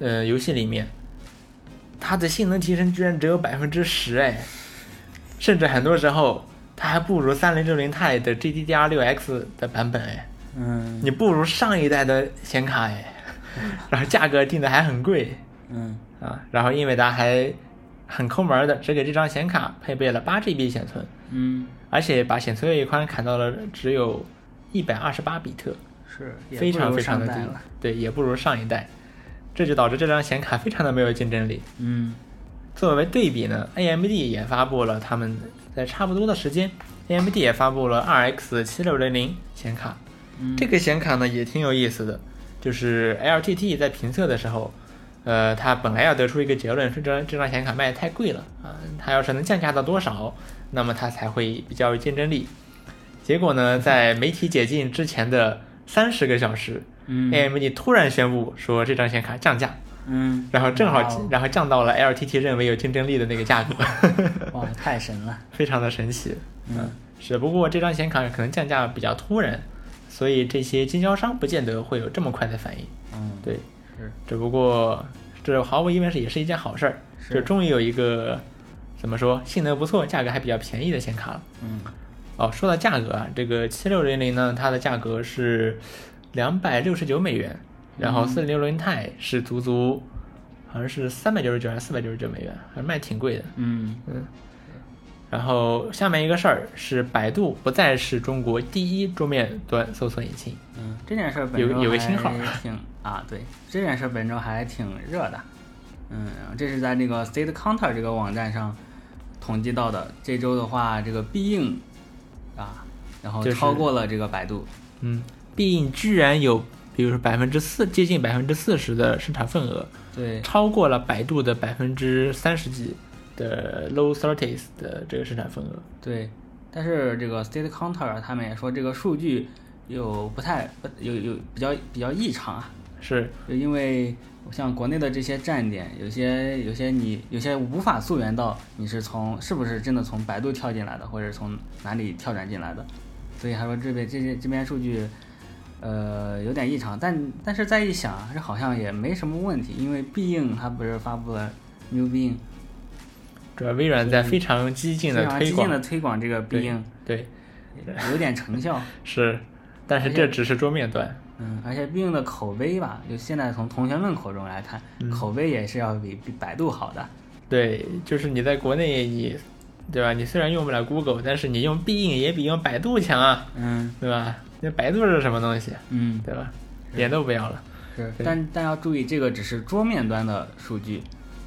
呃游戏里面，它的性能提升居然只有百分之十哎，甚至很多时候它还不如三零六零 i 的 GDDR 六 X 的版本哎，嗯你不如上一代的显卡哎，然后价格定的还很贵。嗯啊，然后英伟达还很抠门儿的，只给这张显卡配备了 8GB 显存，嗯，而且把显存位宽砍到了只有128比特，是也非不常如非常的上代低了。，对，也不如上一代，这就导致这张显卡非常的没有竞争力。嗯作为对比呢，AMD 也发布了他们在差不多的时间，AMD 也发布了 RX 7600显卡，嗯这个显卡呢也挺有意思的，就是 LTT 在评测的时候，呃，它本来要得出一个结论，是这张这张显卡卖的太贵了啊，它要是能降价到多少，那么它才会比较有竞争力。结果呢，在媒体解禁之前的三十个小时、嗯 a m d 突然宣布说这张显卡降价，嗯，然后正好、哇哦然后降到了 LTT 认为有竞争力的那个价格，哇，太神了。非常的神奇。啊嗯只不过这张显卡可能降价比较突然，所以这些经销商不见得会有这么快的反应。嗯，对，是只不过这毫无疑问是也是一件好事儿，是就终于有一个怎么说性能不错、价格还比较便宜的显卡了。嗯哦，说到价格啊，这个七六零零呢，它的价格是两百六十九美元，然嗯后四零六零 i 是足足好像是三百九十九还是四百九十九美元，还卖挺贵的。嗯然后下面一个事儿是百度不再是中国第一桌面端搜索引擎。嗯，这件事儿本有周有个新号还挺啊，对，这件事儿本周还挺热的。嗯，这是在那个 State Counter 这个网站上统计到的。这周的话，这个必应啊，然后就是超过了这个百度。嗯，必应居然有，比如说百分之四，接近百分之四十的市场份额，对，超过了百度的百分之三十几的 low thirties 的这个市场份额。对，但是这个 State Counter 他们也说这个数据有不太不有有比较比较异常啊，是，就因为像国内的这些站点，有些有些你有些无法溯源到你是从是不是真的从百度跳进来的，或者是从哪里跳转进来的，所以他说这边这这这边数据。呃，有点异常，但但是再一想，这好像也没什么问题，因为必应它不是发布了 New 必应，主要微软在非常激进非的常推激进广的，推广这个必应，对，有点成效。是，但哎是这只是桌面端，嗯，而且必应的口碑吧，就现在从同学们口中来看，嗯口碑也是要比比百度好的。对，就是你在国内你，对吧？你虽然用不了 Google，但是你用必应也比用百度强啊，嗯对吧？那百度是什么东西，嗯，对吧？脸都不要了。是，对但但要注意，这个只是桌面端的数据，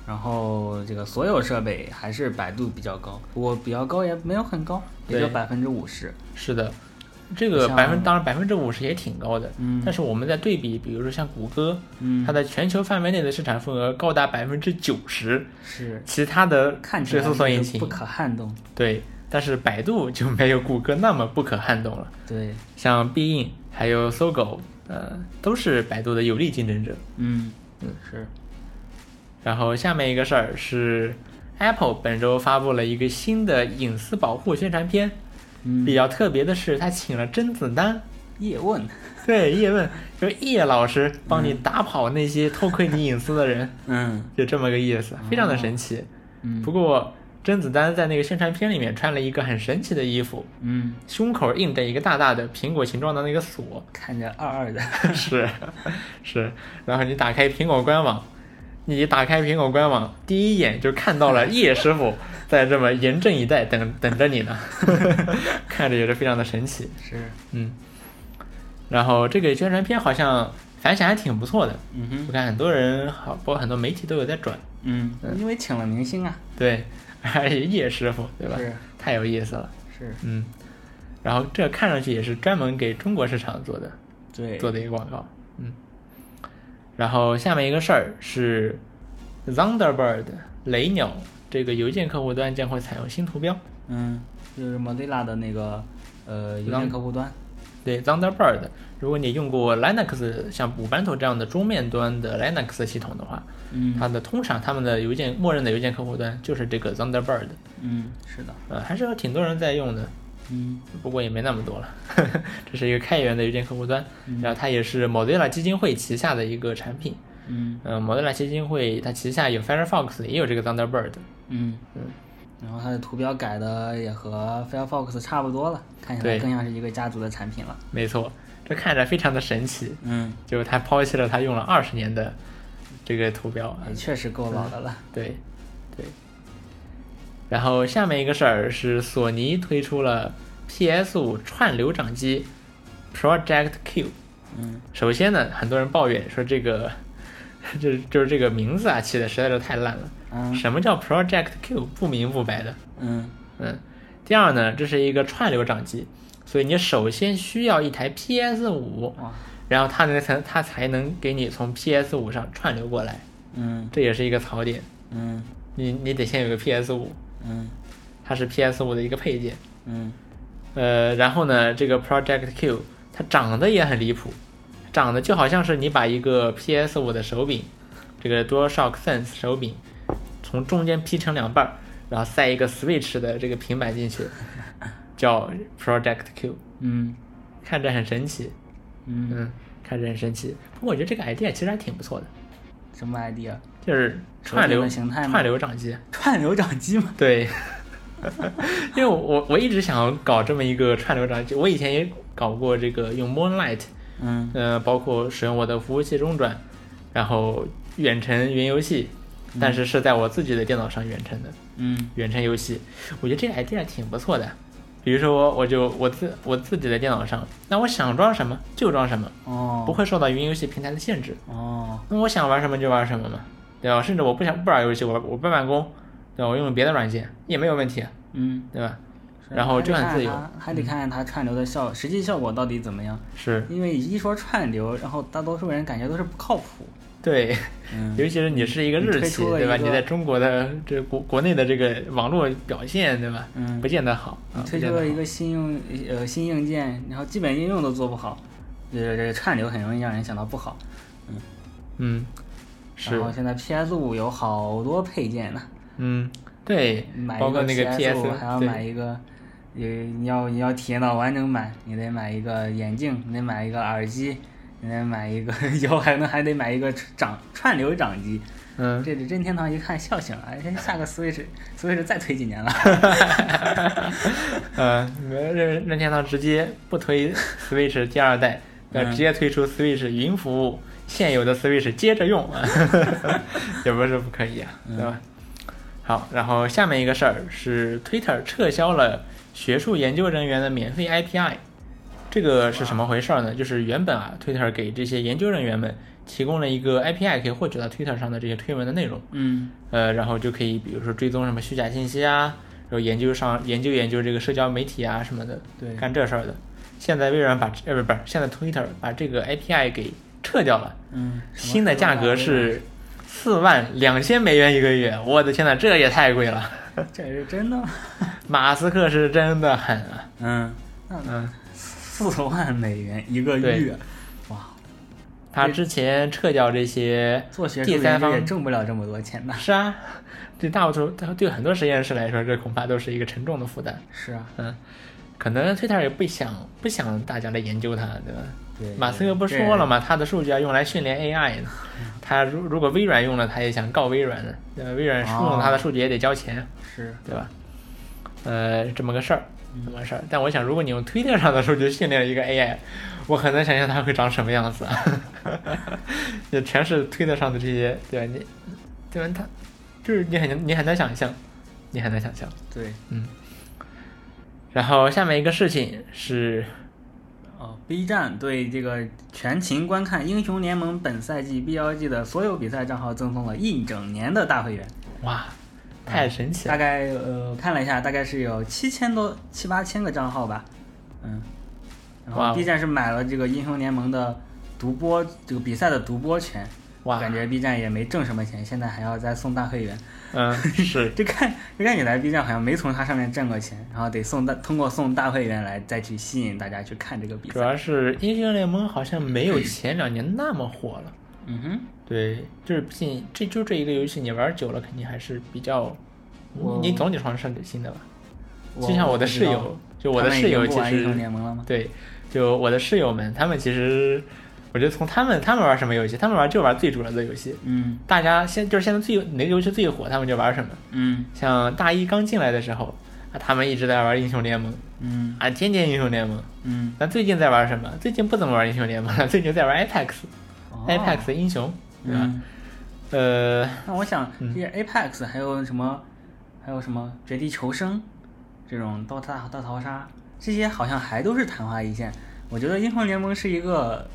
然后这个所有设备还是百度比较高，不过比较高也没有很高，也对就百分之五十。是的，这个像百分当然百分之五十也挺高的，嗯但是我们在对比，比如说像谷歌，嗯，它在全球范围内的市场份额高达百分之九十，是其他的看起这来搜索就引是不擎可撼动。对，但是百度就没有谷歌那么不可撼动了。对，像必应还有搜狗，呃，都是百度的有力竞争者。嗯嗯是，然后下面一个事儿是，Apple 本周发布了一个新的隐私保护宣传片，嗯比较特别的是，它请了甄子丹叶问，对，叶问就是叶老师帮你打跑那些偷窥你隐私的人，嗯就这么个意思，非常的神奇。嗯不过甄子丹在那个宣传片里面穿了一个很神奇的衣服，嗯，胸口印着一个大大的苹果形状的那个锁，看着二二的，是是。然后你打开苹果官网，你打开苹果官网，第一眼就看到了叶师傅在这么严阵以待等等着你呢， 看着也是非常的神奇。 是，嗯，然后这个宣传片好像反响还挺不错的，嗯哼。我看很多人好，包括很多媒体都有在转，嗯，因为请了明星啊，对，还有叶师傅，对吧？是太有意思了，是，嗯。然后这看上去也是专门给中国市场做的对，做的一个广告，嗯。然后下面一个事儿是，Thunderbird 雷鸟这个邮件客户端将会采用新图标，嗯，就是 Mozilla 的那个呃邮件客户端，对 Thunderbird，如果你用过 Linux 像五班头这样的桌面端的 Linux 系统的话，嗯它的通常他们的邮件默认的邮件客户端就是这个 Thunderbird，嗯，是的，呃，还是有挺多人在用的，嗯不过也没那么多了。 这是一个开源的邮件客户端，然后它也是 Mozilla 基金会旗下的一个产品。嗯嗯、m o z i l l a 基金会它旗下有 Firefox，也有这个 Thunderbird。嗯嗯，然后它的图标改的也和 Firefox 差不多了，看起来对更像是一个家族的产品了。没错，这看着非常的神奇，嗯，就是它抛弃了它用了二十年的这个图标。也确实够老的了。对，对。然后下面一个事儿是索尼推出了 PS 五串流掌机 Project Q。嗯首先呢，很多人抱怨说这个，就就是这个名字啊起的实在是太烂了。啊什么叫 Project Q？不明不白的。嗯嗯。第二呢，这是一个串流掌机，所以你首先需要一台 PS 五，哇然后它能才它才能给你从 PS 五上串流过来，嗯这也是一个槽点。嗯你你得先有个 PS 五，嗯它是 PS 五的一个配件。嗯呃，然后呢，这个 Project Q 它长得也很离谱，长得就好像是你把一个 PS 五的手柄，这个 DualShock Sense 手柄，从中间劈成两半儿，然后塞一个 Switch 的这个平板进去，叫 Project Q，嗯看着很神奇，嗯，嗯，看着很神奇。不过我觉得这个 idea 其实还挺不错的，什么 idea？就是串手柄流的形态吗串流掌机，串流掌机吗？对， 因为我我我一直想要搞这么一个串流掌机，我以前也搞过这个用 Moonlight，嗯呃，包括使用我的服务器中转，然后远程云游戏，但是是在我自己的电脑上远程的嗯远程游戏，我觉得这个 idea 挺不错的。比如说，我就我自我自己的电脑上，那我想装什么就装什么，哦不会受到云游戏平台的限制。哦那我想玩什么就玩什么嘛，对吧？甚至我不想不玩游戏，我我不办公，对吧？我用别的软件也没有问题啊，嗯，对吧？是然后就很还自嗯得由看它还得看看它串流的效实际效果到底怎么样。是因为一说串流，然后大多数人感觉都是不靠谱。对，嗯尤其是你是一个日推企，出了对吧？一你个在中国的这国国内的这个网络表现，对吧？嗯不见得好，啊你不推出见得了一好个新用呃新硬件，然后基本应用都做不好，这个这个串流很容易让人想到不好。嗯，是然后现在 PS 五有好多配件呢，嗯，对，买一包括那个 PS 五还要买对一个，呃你要你要体验到完整版，你得买一个眼镜，你得买一个耳机，你得买一个， 以后还能还得买一个掌串流掌机。嗯，这任天堂一看笑醒了，哎，下个 Switch，Switch 再推几年了。 呃，任任天堂直接不推 Switch 第二代，呃，嗯直接推出 Switch 云服务，现有的 Switch 接着用，也不是不可以啊，对吧？好，然后下面一个事儿是 Twitter 撤销了学术研究人员的免费 API，这个是什么回事儿呢？就是原本啊，Twitter 给这些研究人员们提供了一个 API，可以获取到 Twitter 上的这些推文的内容。嗯呃，然后就可以比如说追踪什么虚假信息啊，然后研究上研究研究这个社交媒体啊什么的，对干这事儿的。现在微软把呃不不是，现在 Twitter 把这个 API 给撤掉了，嗯，什么啊新的价格是四万两千美元一个月，我的天呐，这也太贵了！这是真的吗？马斯克是真的狠啊，嗯，那嗯，四万美元一个对月，哇，他之前撤掉这些做学术第三研究方也挣不了这么多钱的。是啊，对大部分对很多实验室来说，这恐怕都是一个沉重的负担。是啊，嗯，可能 Twitter 也不想不想大家来研究它，对吧？对马斯克不说了嘛，他的数据要用来训练 AI 呢。嗯他如如果微软用了，他也想告微软的，对吧？微软哦用了他的数据也得交钱，是，对吧？呃，这么个事儿，这么个事儿。但我想，如果你用 Twitter 上的数据训练一个 AI，我很难想象它会长什么样子啊！ 就全是 Twitter 上的这些，对吧？你，对吧？它就是你很你很难想象，你很难想象。对，然后下面一个事情是，哦，B 站对这个全勤观看英雄联盟本赛季 BLG 的所有比赛账号赠送了一整年的大会员，哇，太神奇了！大概呃看了一下，大概是有七千多七八千个账号吧，嗯，然哇哦后 B 站是买了这个英雄联盟的独播这个比赛的独播权，哇感觉 B 站也没挣什么钱，现在还要再送大会员，嗯，是，就看就看起来 B 站好像没从它上面挣过钱，然后得送大通过送大会员来再去吸引大家去看这个比主赛。要是英雄联盟好像没有前两年那么火了。嗯哼，对，就是毕竟这就这一个游戏，你玩久了肯定还是比较，我你总得尝试上点新的吧。我就像我的不知室道友，就我他的们已室经友不其玩英雄实联盟了吗？对，就我的室友们，他们其实，我觉得从他们他们玩什么游戏，他们玩就玩最主流的游戏。嗯大家现就是现在最哪个游戏最火，他们就玩什么。嗯像大一刚进来的时候，啊，他们一直在玩英雄联盟，嗯啊，天天英雄联盟。嗯那最近在玩什么？最近不怎么玩英雄联盟了，最近在玩 Apex，Apex、哦 Apex 英雄，对吧？嗯呃，那我想，嗯这些 Apex 还有什么，还有什么绝地求生，这种 DOTA 大逃杀，这些好像还都是昙花一现。我觉得英雄联盟是一个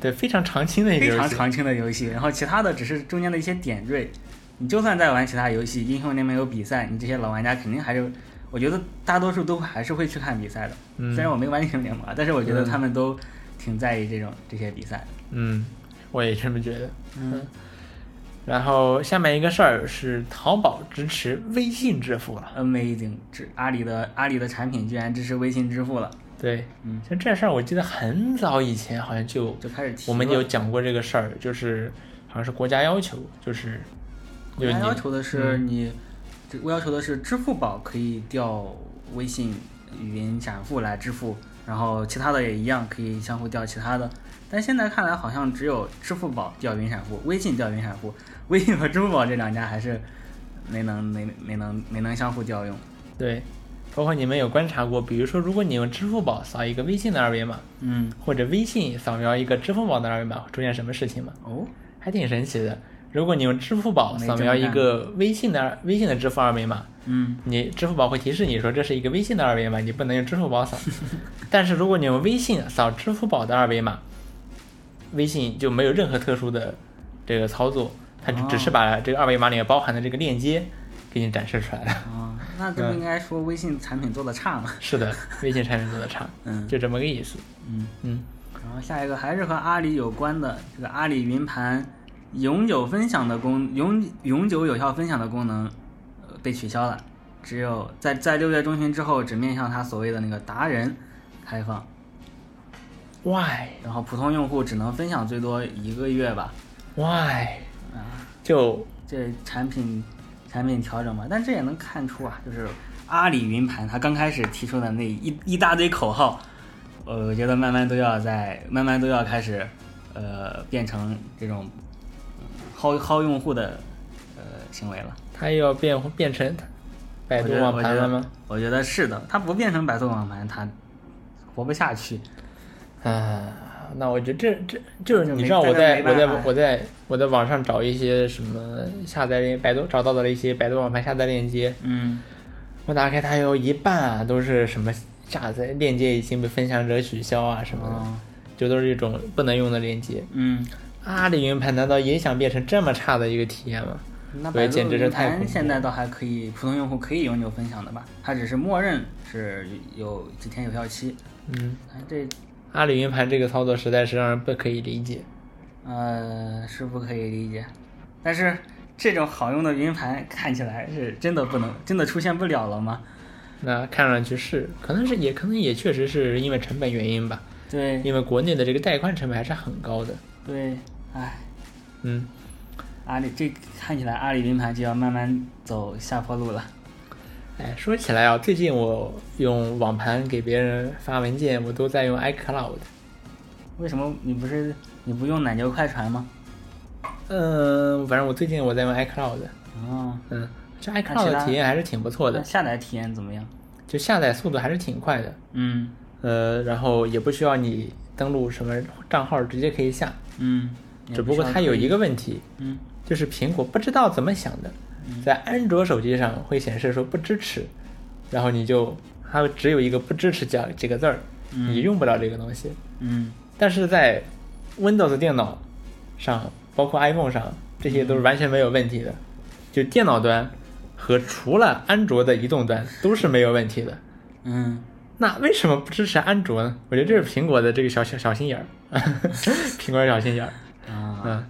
对，非常常青的一个非游常戏。常青的游戏，然后其他的只是中间的一些点缀。你就算在玩其他游戏，英雄联盟有比赛，你这些老玩家肯定还是，我觉得大多数都还是会去看比赛的。嗯虽然我没玩英雄联盟啊，但是我觉得嗯他们都挺在意这种这些比赛。嗯，我也这么觉得。嗯，然后下面一个事儿是淘宝支持微信支付了。 Amazing，这阿里的阿里的产品居然支持微信支付了，对，嗯像这事儿，我记得很早以前好像就就开始提我们了有讲过这个事儿，就是好像是国家要求，就是我有你嗯要求的是你，这我要求的是支付宝可以调微信语音闪付来支付，然后其他的也一样可以相互调其他的。但现在看来，好像只有支付宝调云闪付，微信调云闪付，微信和支付宝这两家还是没能没没能没能相互调用。对，包括你们有观察过，比如说如果你用支付宝扫一个微信的二维码，嗯，或者微信扫描一个支付宝的二维码，会出现什么事情吗？哦，还挺神奇的。如果你用支付宝没扫这描么一干个微信的二微信的支付二维码，嗯，你支付宝会提示你说这是一个微信的二维码，你不能用支付宝 扫。但是如果你用微信扫支付宝的二维码，微信就没有任何特殊的这个操作，它只哦只是把这个二维码里面包含的这个链接给你展示出来了。 哦，那这不应该说微信产品做的差吗？是的，微信产品做的差，嗯就这么个意思。嗯。嗯，然后下一个还是和阿里有关的，这个阿里云盘永久分享的功永永久有效分享的功能、呃、被取消了，只有在在六月中旬之后，只面向它所谓的那个达人开放， why 然后普通用户只能分享最多一个月吧。 why 啊，就这产品产品调整嘛，但这也能看出啊，就是阿里云盘它刚开始提出的那一一大堆口号，呃我觉得慢慢都要在慢慢都要开始，呃，变成这种嗯薅薅用户的呃行为了。它又要变变成百度我觉得网盘了吗？？我觉得我觉得是的，它不变成百度网盘，它活不下去。啊，那我觉得这这就是就你没知道大我家在没我办在法我在我在网上找一些什么下载链百度找到的一些百度网盘下载链接，嗯我打开它有一半啊都是什么下载链接已经被分享者取消啊什么的，哦就都是一种不能用的链接。嗯，阿里云盘难道也想变成这么差的一个体验吗？那对百度简直是云太恐怖盘现在倒还可以，普通用户可以永久分享的吧？它只是默认是有几天有效期。嗯，哎这阿里云盘这个操作实在是让人不可以理解。呃是不可以理解，但是这种好用的云盘看起来是真的不能真的出现不了了吗？那看上去是，可能是也可能也确实是因为成本原因吧，对因为国内的这个带宽成本还是很高的。对，哎，嗯，阿里这看起来阿里云盘就要慢慢走下坡路了。哎，说起来啊，最近我用网盘给别人发文件，我都在用 iCloud。为什么你不是你不用奶牛快传吗？嗯，反正我最近我在用 iCloud，哦，嗯，这那 iCloud 其他的体验还是挺不错那的，下载体验怎么样？就下载速度还是挺快的，嗯呃，然后也不需要你登录什么账号，直接可以下。嗯，也只不过需要它有推一个问题，嗯就是苹果不知道怎么想的，在安卓手机上会显示说不支持，然后你就它只有一个不支持这几个字儿，嗯你用不了这个东西。嗯但是在 Windows 电脑上，包括 iPhone 上，这些都是完全没有问题的，就电脑端和除了安卓的移动端都是没有问题的。嗯，那为什么不支持安卓呢？我觉得这 是苹果的这个小小小心眼儿，苹果小心眼儿。啊，嗯，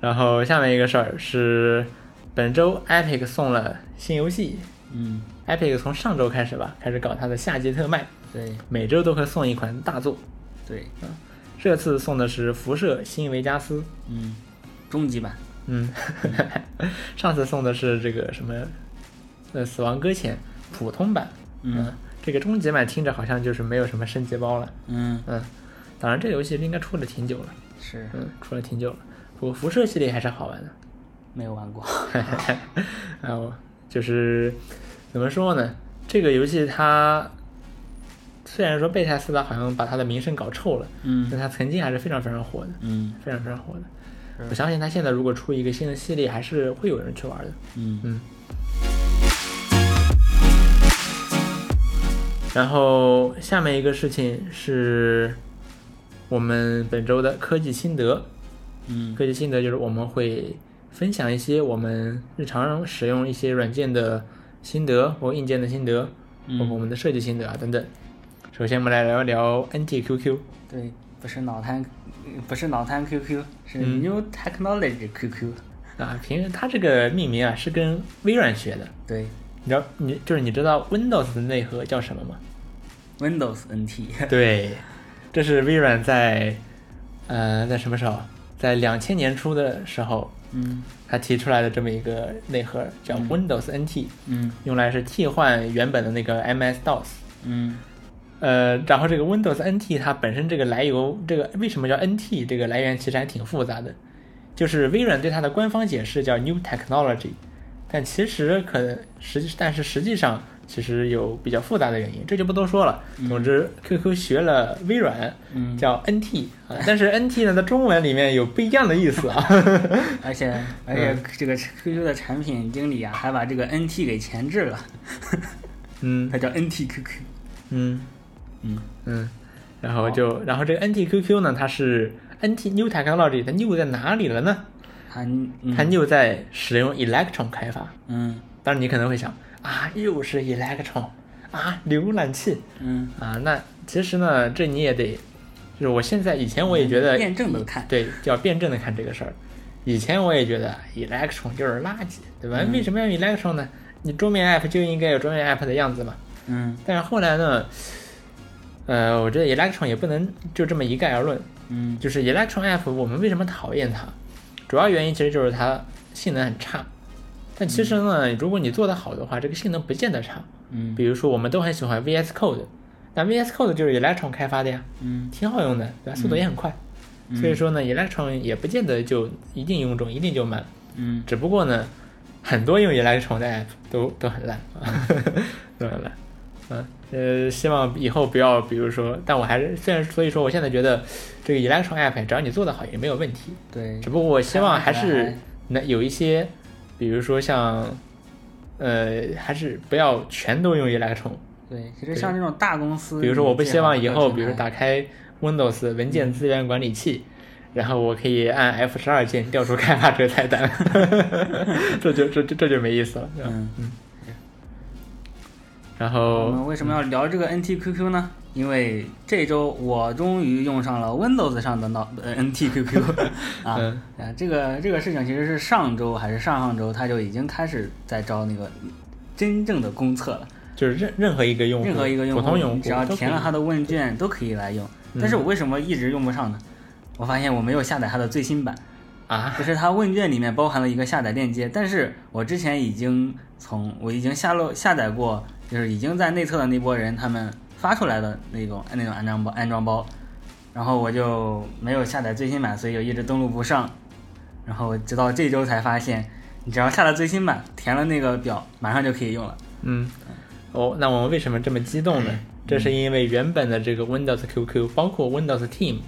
然后下面一个事儿是，本周 Epic 送了新游戏嗯， ，Epic 从上周开始吧，开始搞它的夏季特卖，对每周都会送一款大作。对，这次送的是《辐射：新维加斯》，嗯，终极版，嗯， 上次送的是这个什么，呃，《死亡搁浅》普通版，嗯这个终极版听着好像就是没有什么升级包了，嗯嗯，当然这个游戏应该出了挺久了，是嗯，出了挺久了，不过辐射系列还是好玩的，没有玩过， 然后就是怎么说呢？这个游戏它虽然说贝塞斯达好像把它的名声搞臭了，嗯但它曾经还是非常非常火的，嗯非常非常火的是。我相信它现在如果出一个新的系列，还是会有人去玩的。嗯嗯。然后下面一个事情是我们本周的科技心得。嗯科技心得就是我们会分享一些我们日常使用一些软件的心得或硬件的心得，包括我嗯，们的设计心得啊等等。首先，我们来聊一聊 NTQQ。对，不是脑瘫，不是脑瘫 QQ，是嗯 New Technology QQ，啊，平时它这个命名啊是跟微软学的。对你知道你就是你知道 Windows 的内核叫什么吗？ ，Windows NT，对，这是微软在呃在什么时候？在两千年初的时候，嗯它提出来的这么一个内核叫嗯 Windows NT，、嗯用来是替换原本的那个 MS DOS。嗯呃，然后这个 Windows NT 它本身这个来由，这个为什么叫 NT 这个来源其实还挺复杂的，就是微软对它的官方解释叫 New Technology，但其实可能实际，但是实际上其实有比较复杂的原因，这就不多说了。总之，QQ 学了微软嗯，叫 NT 啊，但是 NT 呢，在中文里面有不一样的意思啊。而且而且这个 QQ 的产品经理啊，还把这个 NT 给前置了，嗯它叫 NTQQ，嗯嗯嗯，然后就然后这个 NTQQ 呢，它是 NT New Technology，它 New 在哪里了呢？它嗯它又在使用 Electron 开发。嗯当然，你可能会想啊，又是 Electron 啊，浏览器嗯，啊。那其实呢，这你也得，就是我现在以前我也觉得，嗯辩证的看，对，就要辩证的看这个事儿。以前我也觉得 Electron 就是垃圾，对嗯吧？为什么要 Electron 呢？你桌面 App 就应该有桌面 App 的样子嘛。嗯但是后来呢，呃，我觉得 Electron 也不能就这么一概而论。嗯就是 Electron F，我们为什么讨厌它？主要原因其实就是它性能很差。但其实呢，如果你做得好的话，这个性能不见得差。嗯比如说，我们都很喜欢 VS Code，那 VS Code 就是 Electron 开发的呀，嗯挺好用的，对吧？速度也很快。嗯所以说呢，Electron 也不见得就一定用中，一定就满。嗯只不过呢，很多用 Electron 的 app 都都很烂， 都很烂。嗯，呃，希望以后不要，比如说，但我还是虽然所以说，我现在觉得这个 Electron app 只要你做得好也没有问题，对只不过我希望还是能有一些，比如说像，呃，还是不要全都用 Electron。对，其实像这种大公司，比如说，我不希望以后，比如说说打开 Windows 文嗯件资源管理器，然后我可以按 F 十二键调出开发者菜单， 这就这这这就没意思了。对吧嗯，然我后们为什么要聊这个 NTQQ 呢？因为这周我终于用上了 Windows 上的脑呃 NTQQ 啊嗯啊，这个这个事情其实是上周还是上上周，他就已经开始在招那个真正的公测了。就是任任何一个用户，任何一个用户，普通用户只要都可填了以嗯他的问卷都可以来用。但是我为什么一直用不上呢？我发现我没有下载它的最新版，啊，就是它问卷里面包含了一个下载链接，但是我之前已经从我已经下落下载过，就是已经在内测的那波人他们发出来的那种那种安装包安装包，然后我就没有下载最新版，所以就一直登录不上，然后直到这周才发现，你只要下了最新版，填了那个表，马上就可以用了。嗯，哦，那我们为什么这么激动嗯呢？这是因为原本的这个 Windows QQ，包括 Windows Team，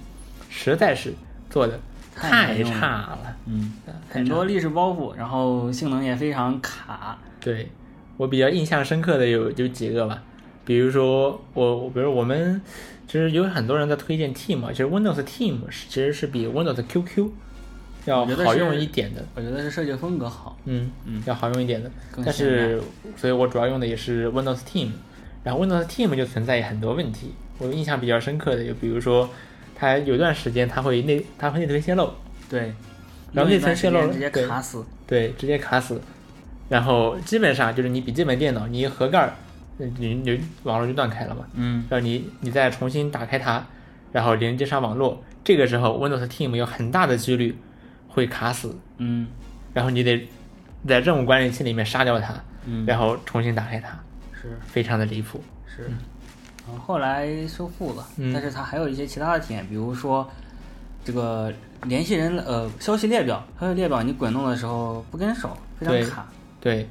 实在是做的太太没用了差了，嗯，太很差了多历史包袱，然后性能也非常卡。对我比较印象深刻的有有几个吧，比如说我，我比如我们其实有很多人在推荐 Team，啊，其实 Windows Team 是其实是比 Windows QQ 要我觉得好是用一点的，我觉得是设计风格好，嗯嗯要好用一点的。更但显是，所以我主要用的也是 Windows Team，然后 Windows Team 就存在很多问题。我印象比较深刻的，就比如说它有段时间它会内它会内推泄露，对，然后用那一段层泄露时了间直接对卡死。对，直接卡死。然后基本上就是你笔记本电脑，你一盒盖儿，你你网络就断开了嘛。嗯，让你你再重新打开它，然后连接上网络，这个时候 Windows Team 有很大的几率会卡死，嗯然后你得在任务管理器里面杀掉它，嗯，然后重新打开它，是非常的离谱。是，然后后来修复了，嗯但是它还有一些其他的体验，比如说这个联系人呃消息列表，消息列表你滚动的时候不跟手，非对常卡。对，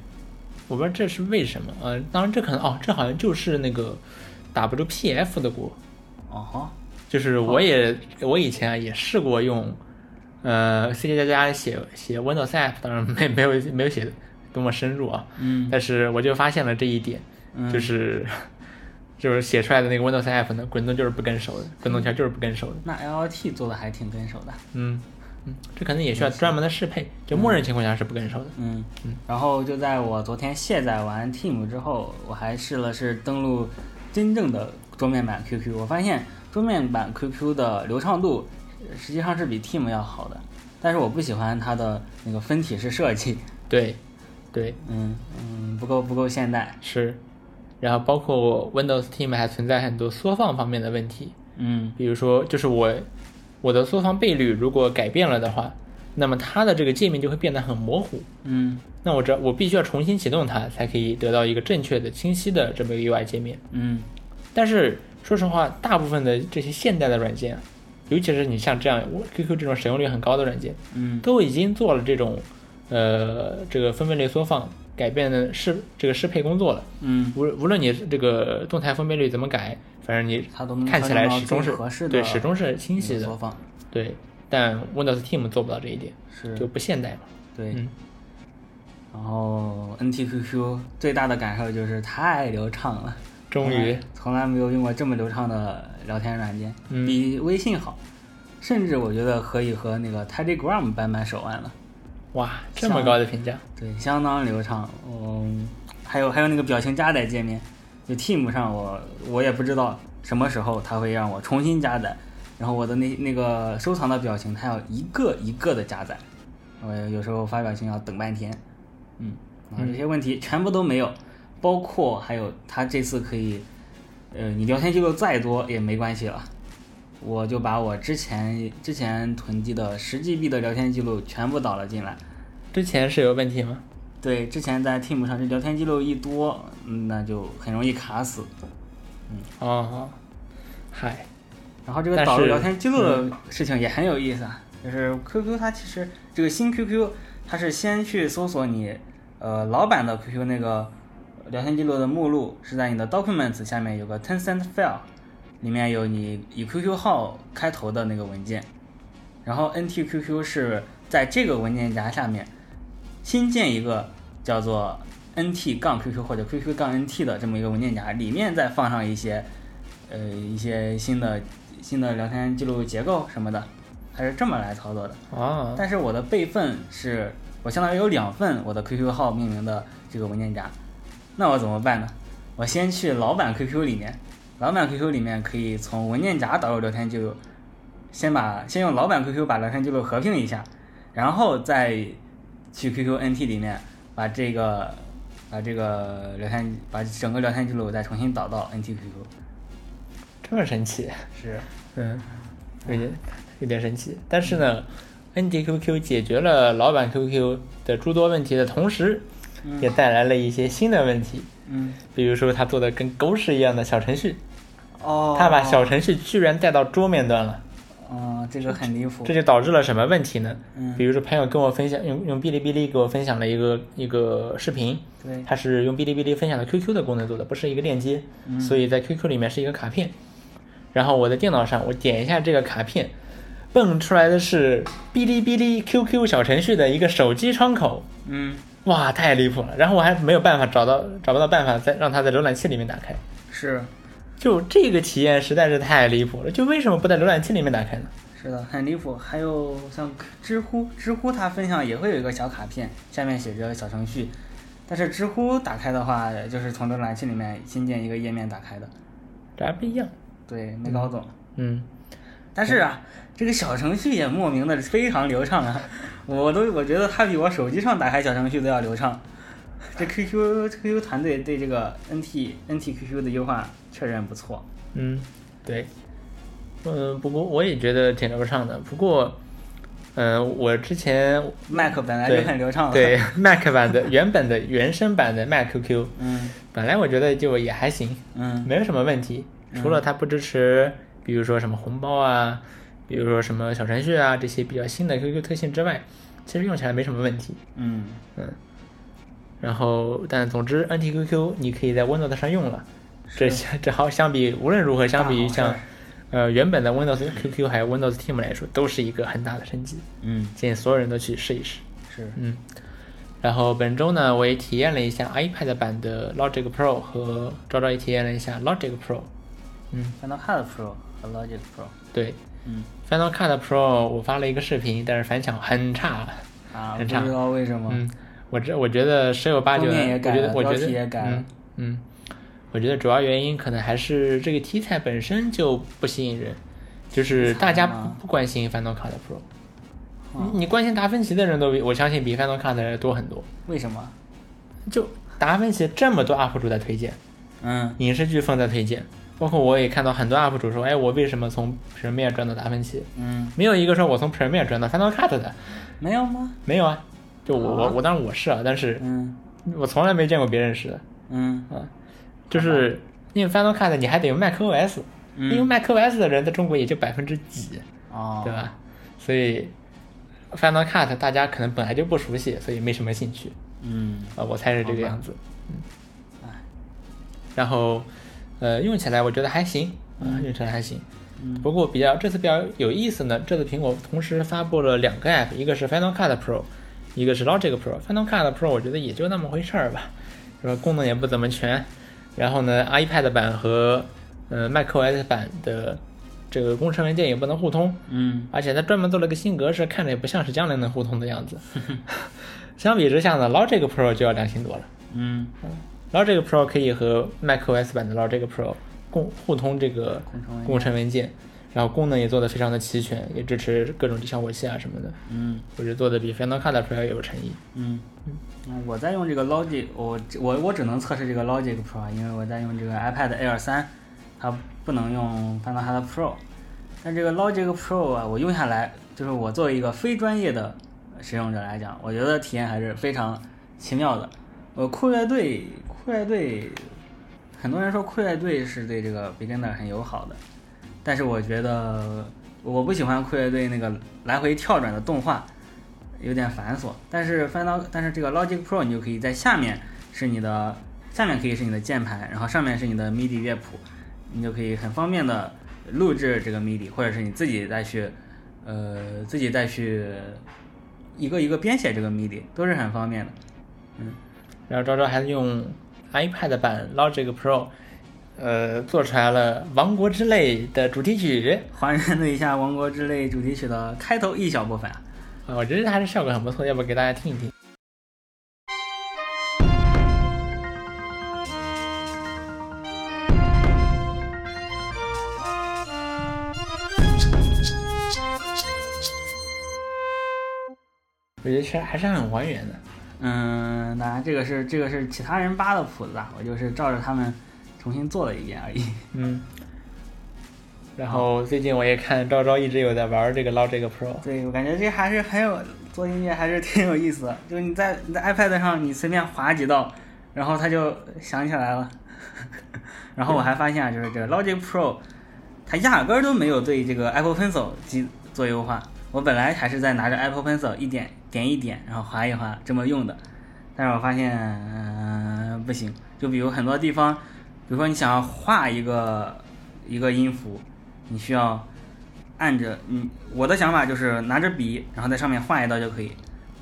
我不知道这是为什么，呃，当然这可能哦，这好像就是那个 WPF 的锅，哦吼，就是我也、我以前啊也试过用，呃，C 加加写写 Windows App，当然没没有没有写得多么深入啊，嗯但是我就发现了这一点，嗯就是 就是写出来的那个 Windows App 呢，滚动就是不跟手的，滚动条就是不跟手的。那 LLT 做的还挺跟手的。嗯嗯，这可能也需要专门的适配，就默认情况下是不跟手的。嗯，然后就在我昨天卸载完 Team 之后，我还试了试登录真正的桌面版 QQ，我发现桌面版 QQ 的流畅度呃实际上是比 Team 要好的，但是我不喜欢它的那个分体式设计，对对嗯嗯，不够不够现代，是，然后包括 Windows Team 还存在很多缩放方面的问题，嗯比如说就是我我的缩放倍率如果改变了的话，那么它的这个界面就会变得很模糊。嗯那我这我必须要重新启动它，才可以得到一个正确的、清晰的这么一个 UI 界面。嗯但是说实话，大部分的这些现代的软件，尤其是你像这样我 QQ 这种使用率很高的软件，嗯都已经做了这种呃这个分辨率缩放改变的适这个适配工作了。嗯，无无论你这个动态分辨率怎么改，反正你它都能看起来调整到始终最是合适的对始终是清晰缩的，放，对。但 Windows Team 做不到这一点，就是不现代嘛。对，嗯，然后 NTQQ 最大的感受就是太流畅了。终于，从来没有用过这么流畅的聊天软件，嗯比微信好，甚至我觉得可以和那个 Telegram 扳扳手腕了。哇，这么高的评价，对，相当流畅。嗯，还有还有那个表情加载界面，就 Team 上我我也不知道什么时候它会让我重新加载，然后我的那那个收藏的表情它要一个一个的加载，我有时候发表情要等半天。嗯，然后这些问题全部都没有，包括还有它这次可以，呃，你聊天记录再多也没关系了。我就把我之前之前囤积的十 GB 的聊天记录全部导了进来，之前是有问题吗？对，之前在 Team 上这聊天记录一多，嗯那就很容易卡死。嗯哦，嗨，然后这个但是嗯导入聊天记录的事情也很有意思啊，就是 QQ 它其实这个新 QQ 它是先去搜索你呃老版的 QQ 那个聊天记录的目录，是在你的 Documents 下面有个 Tencent File，里面有你以 QQ 号开头的那个文件，然后 NTQQ 是在这个文件夹下面新建一个叫做 NT 杠 QQ 或者 QQ 杠 NT 的这么一个文件夹，里面再放上一些呃一些新的新的聊天记录结构什么的，它是这么来操作的。哦，但是我的备份是我相当于有两份我的 QQ 号命名的这个文件夹，那我怎么办呢？我先去老版 QQ 里面，老版 QQ 里面可以从文件夹导入聊天记录，先把先用老版 QQ 把聊天记录合并一下，然后再去 QQNT 里面把这个把这个聊天把整个聊天记录再重新导到 NTQQ。这么神奇。是，嗯，有点有点神奇。但是呢，NDQQ 解决了老版 QQ 的诸多问题的同时，也带来了一些新的问题，嗯，比如说它做的跟狗屎一样的小程序，哦，它把小程序居然带到桌面端了，嗯、这个很离谱这，就导致了什么问题呢？嗯比如说朋友跟我分享用用哔哩哔哩给我分享了一个一个视频，对，它是用哔哩哔哩分享的 QQ 的功能做的，不是一个链接，嗯所以在 QQ 里面是一个卡片。然后我的电脑上，我点一下这个卡片，蹦出来的是哔哩哔哩 QQ 小程序的一个手机窗口，嗯，哇，太离谱了！然后我还没有办法找到找不到办法再让它在浏览器里面打开，是。就这个体验实在是太离谱了。就为什么不在浏览器里面打开呢？是的，很离谱。还有像知乎，知乎它分享也会有一个小卡片，下面写着小程序，但是知乎打开的话，就是从浏览器里面新建一个页面打开的。这还不一样。对，没搞懂。嗯，但是啊，这个小程序也莫名的非常流畅啊。我都我觉得它比我手机上打开小程序都要流畅。这 QQ QQ 团队对这个 NT NTQQ 的优化确认不错。嗯，对，嗯，不过我也觉得挺流畅的。不过，嗯、我之前 Mac 本来对就很流畅了。对 Mac 版的 原本的原生版的 Mac QQ，嗯本来我觉得就也还行，嗯没有什么问题，除了它不支持，比如说什么红包啊，比如说什么小程序啊这些比较新的 QQ 特性之外，其实用起来没什么问题。嗯然后，但总之，NTQQ 你可以在 Windows 上用了，这这好相比无论如何相比于大好像事儿呃原本的 Windows QQ 还有 Windows Team 来说，都是一个很大的升级，嗯建议所有人都去试一试。是嗯，然后本周呢，我也体验了一下 iPad 版的 Logic Pro 和昭昭也体验了一下 Logic Pro。嗯， Final Cut Pro 和 Logic Pro。对嗯，Final Cut Pro 我发了一个视频，但是反响很差。啊，不很知差道为什么。嗯，我这我觉得十有八九，封我面也改觉得了我觉标得题也改了嗯嗯，我觉得主要原因可能还是这个题材本身就不吸引人，就是大家惨啊不不关心 Final Cut Pro。嗯你你关心达芬奇的人都比我相信比 Final Cut 的人多很多。为什么？就达芬奇这么多 UP 主在推荐，嗯影视剧风在推荐，包括我也看到很多 UP 主说，哎，我为什么从 Premiere 转到达芬奇？嗯，没有一个说我从 Premiere 转到 Final Cut 的，没有吗？没有啊。就我我我当然我是啊，但是嗯我从来没见过别人是的，嗯就是因为 Final Cut 你还得用 macOS，、因为嗯。 macOS 的人在中国也就百分之几，哦，对吧？所以 Final Cut 大家可能本来就不熟悉，所以没什么兴趣。嗯啊，我猜是这个样子。嗯，然后呃，用起来我觉得还行，啊、用起来还行。不过比较这次比较有意思呢，这次苹果同时发布了两个 app，一个是 Final Cut Pro，一个是 Logic Pro。Final Cut Pro 我觉得也就那么回事儿吧，是吧？功能也不怎么全。然后呢，iPad 版和呃 macOS 版的这个工程文件也不能互通，嗯而且它专门做了个新格式，看着也不像是将来能互通的样子。相比之下呢，Logic Pro 就要良心多了。嗯， Logic Pro 可以和 macOS 版的 Logic Pro 共互通这个工程文件工程文件，然后功能也做得非常的齐全，也支持各种效果器啊什么的。嗯我觉得做的比 Final Cut Pro 要有诚意。嗯，嗯我在用这个 Logic，我我我只能测试这个 Logic Pro，因为我在用这个 iPad Air 三，它不能用 Final Cut Pro。但这个 Logic Pro 啊，我用下来，就是我作为一个非专业的使用者来讲，我觉得体验还是非常奇妙的。呃，酷乐队，酷乐队，很多人说酷乐队是对这个 beginner 很友好的，但是我觉得我不喜欢酷乐队那个来回跳转的动画，有点繁琐。但是 Final，但是这个 Logic Pro 你就可以在下面是你的，下面可以是你的键盘，然后上面是你的 MIDI 乐谱，你就可以很方便的录制这个 MIDI，或者是你自己再去，呃，自己再去一个一个编写这个 MIDI，都是很方便的。然后昭昭还用 iPad 版 Logic Pro，呃，做出来了《王国之泪》的主题曲。还原了一下《王国之泪》主题曲的开头一小部分啊。啊，我觉得还是效果很不错，要不给大家听一听。我觉得是还是很还原的，嗯，那这个是这个是其他人扒的谱子啊，我就是照着他们重新做了一遍而已。嗯。然后最近我也看昭昭一直有在玩这个 Logic Pro，对，我感觉这还是很有做音乐还是挺有意思的，就是你在你在 iPad 上你随便划几道，然后它就想起来了。 然后我还发现啊，就是这个 Logic Pro，它压根儿都没有对这个 Apple Pencil 机做优化。我本来还是在拿着 Apple Pencil 一点点一点，然后划一划这么用的，但是我发现、呃、不行。就比如很多地方，比如说你想要画一个一个音符，你需要按着你，我的想法就是拿着笔，然后在上面画一道就可以，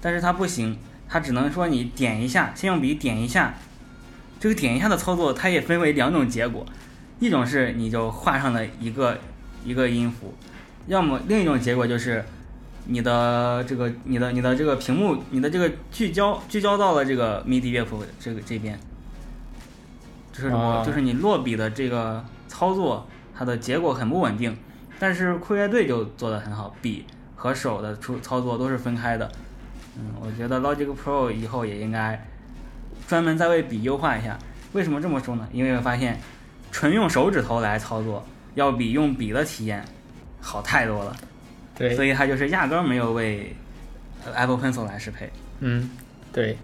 但是它不行，它只能说你点一下，先用笔点一下，这个点一下的操作它也分为两种结果，一种是你就画上了一个一个音符，要么另一种结果就是你的这个你的你的这个屏幕，你的这个聚焦聚焦到了这个 MIDI 乐谱这个这边，就是我、啊就是你落笔的这个操作，它的结果很不稳定。但是酷乐队就做得很好，笔和手的出操作都是分开的，嗯，我觉得 Logic Pro 以后也应该专门再为笔优化一下。为什么这么说呢？因为我发现，纯用手指头来操作，要比用笔的体验好太多了。所对，以它就是压根儿没有为呃 Apple Pencil 来适配。嗯，对，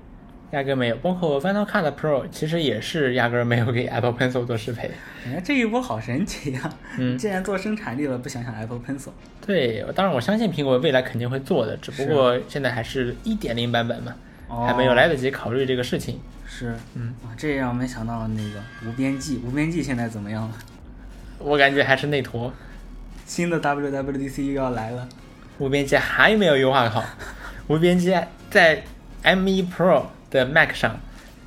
压根没有。包括 Final Cut Pro 其实也是压根儿没有给 Apple Pencil 做适配。哎，这一波好神奇呀、嗯既然做生产力了，不想想 Apple Pencil？对，当然我相信苹果未来肯定会做的，只不过现在还是一点零版本嘛，哦还没有来得及考虑这个事情。是，嗯，哇，这也让我们想到了那个无边际。无边际现在怎么样了？ 我感觉还是内坨，新的 WWDC 又要来了。无边界还没有优化好，无边界在 M1 Pro 的 Mac 上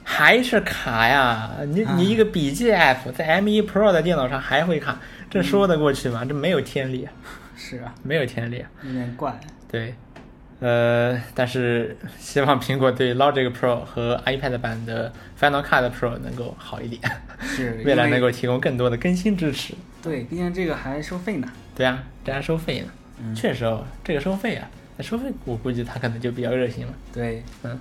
还是卡呀！你你一个笔记 App 在 M1 Pro 的电脑上还会卡，这说得过去吗？这没有天理，是啊，没有天理。有点怪。对，呃，但是希望苹果对 Logic Pro 和 iPad 版的 Final Cut Pro 能够好一点，是， 未来因为能够提供更多的更新支持。对，毕竟这个还收费呢。对啊，这还收费呢，嗯确实哦，这个收费啊，那收费我估计他可能就比较热心了。对，嗯，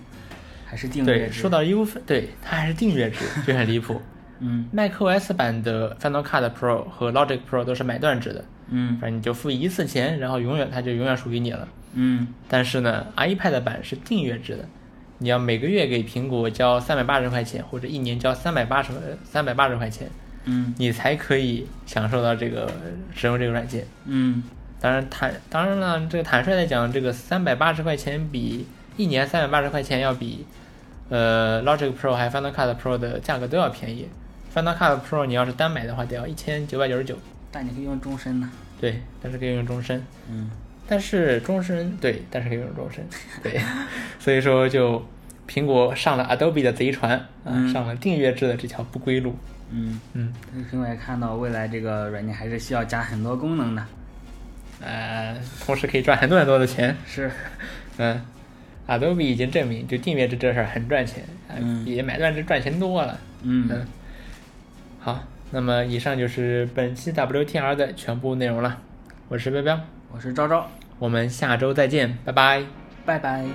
还是订阅对，制。说到优分，对，它还是订阅制，就很离 谱。嗯 macOS 版的 Final Cut Pro 和 Logic Pro 都是买断制的，嗯反正你就付一次钱，然后永远它就永远属于你了。嗯，但是呢，iPad 版是订阅制的，你要每个月给苹果交三百八十块钱，或者一年交三百八十三百八十块钱，嗯你才可以享受到这个使用这个软件。嗯，当然坦当然了，这个坦率来讲，这个三百八十块钱比一年三百八十块钱要比呃 Logic Pro 还有 Final Cut Pro 的价格都要便宜。Final Cut Pro 你要是单买的话，得要一千九百九十九，但你可以用终身呢。对，但是可以用终身。嗯，但是终身对，但是可以用终身，对，所以说就苹果上了 Adobe 的贼船啊、嗯上了订阅制的这条不归路。嗯，嗯，但是苹果也看到未来这个软件还是需要加很多功能的。呃，同时可以赚很多很多的钱。是，嗯，Adobe 已经证明，就订阅制这事儿很赚钱，啊嗯比买断制赚钱多了。嗯，好，那么以上就是本期 WTR 的全部内容了。我是彪彪，我是昭昭，我们下周再见，拜拜。拜拜。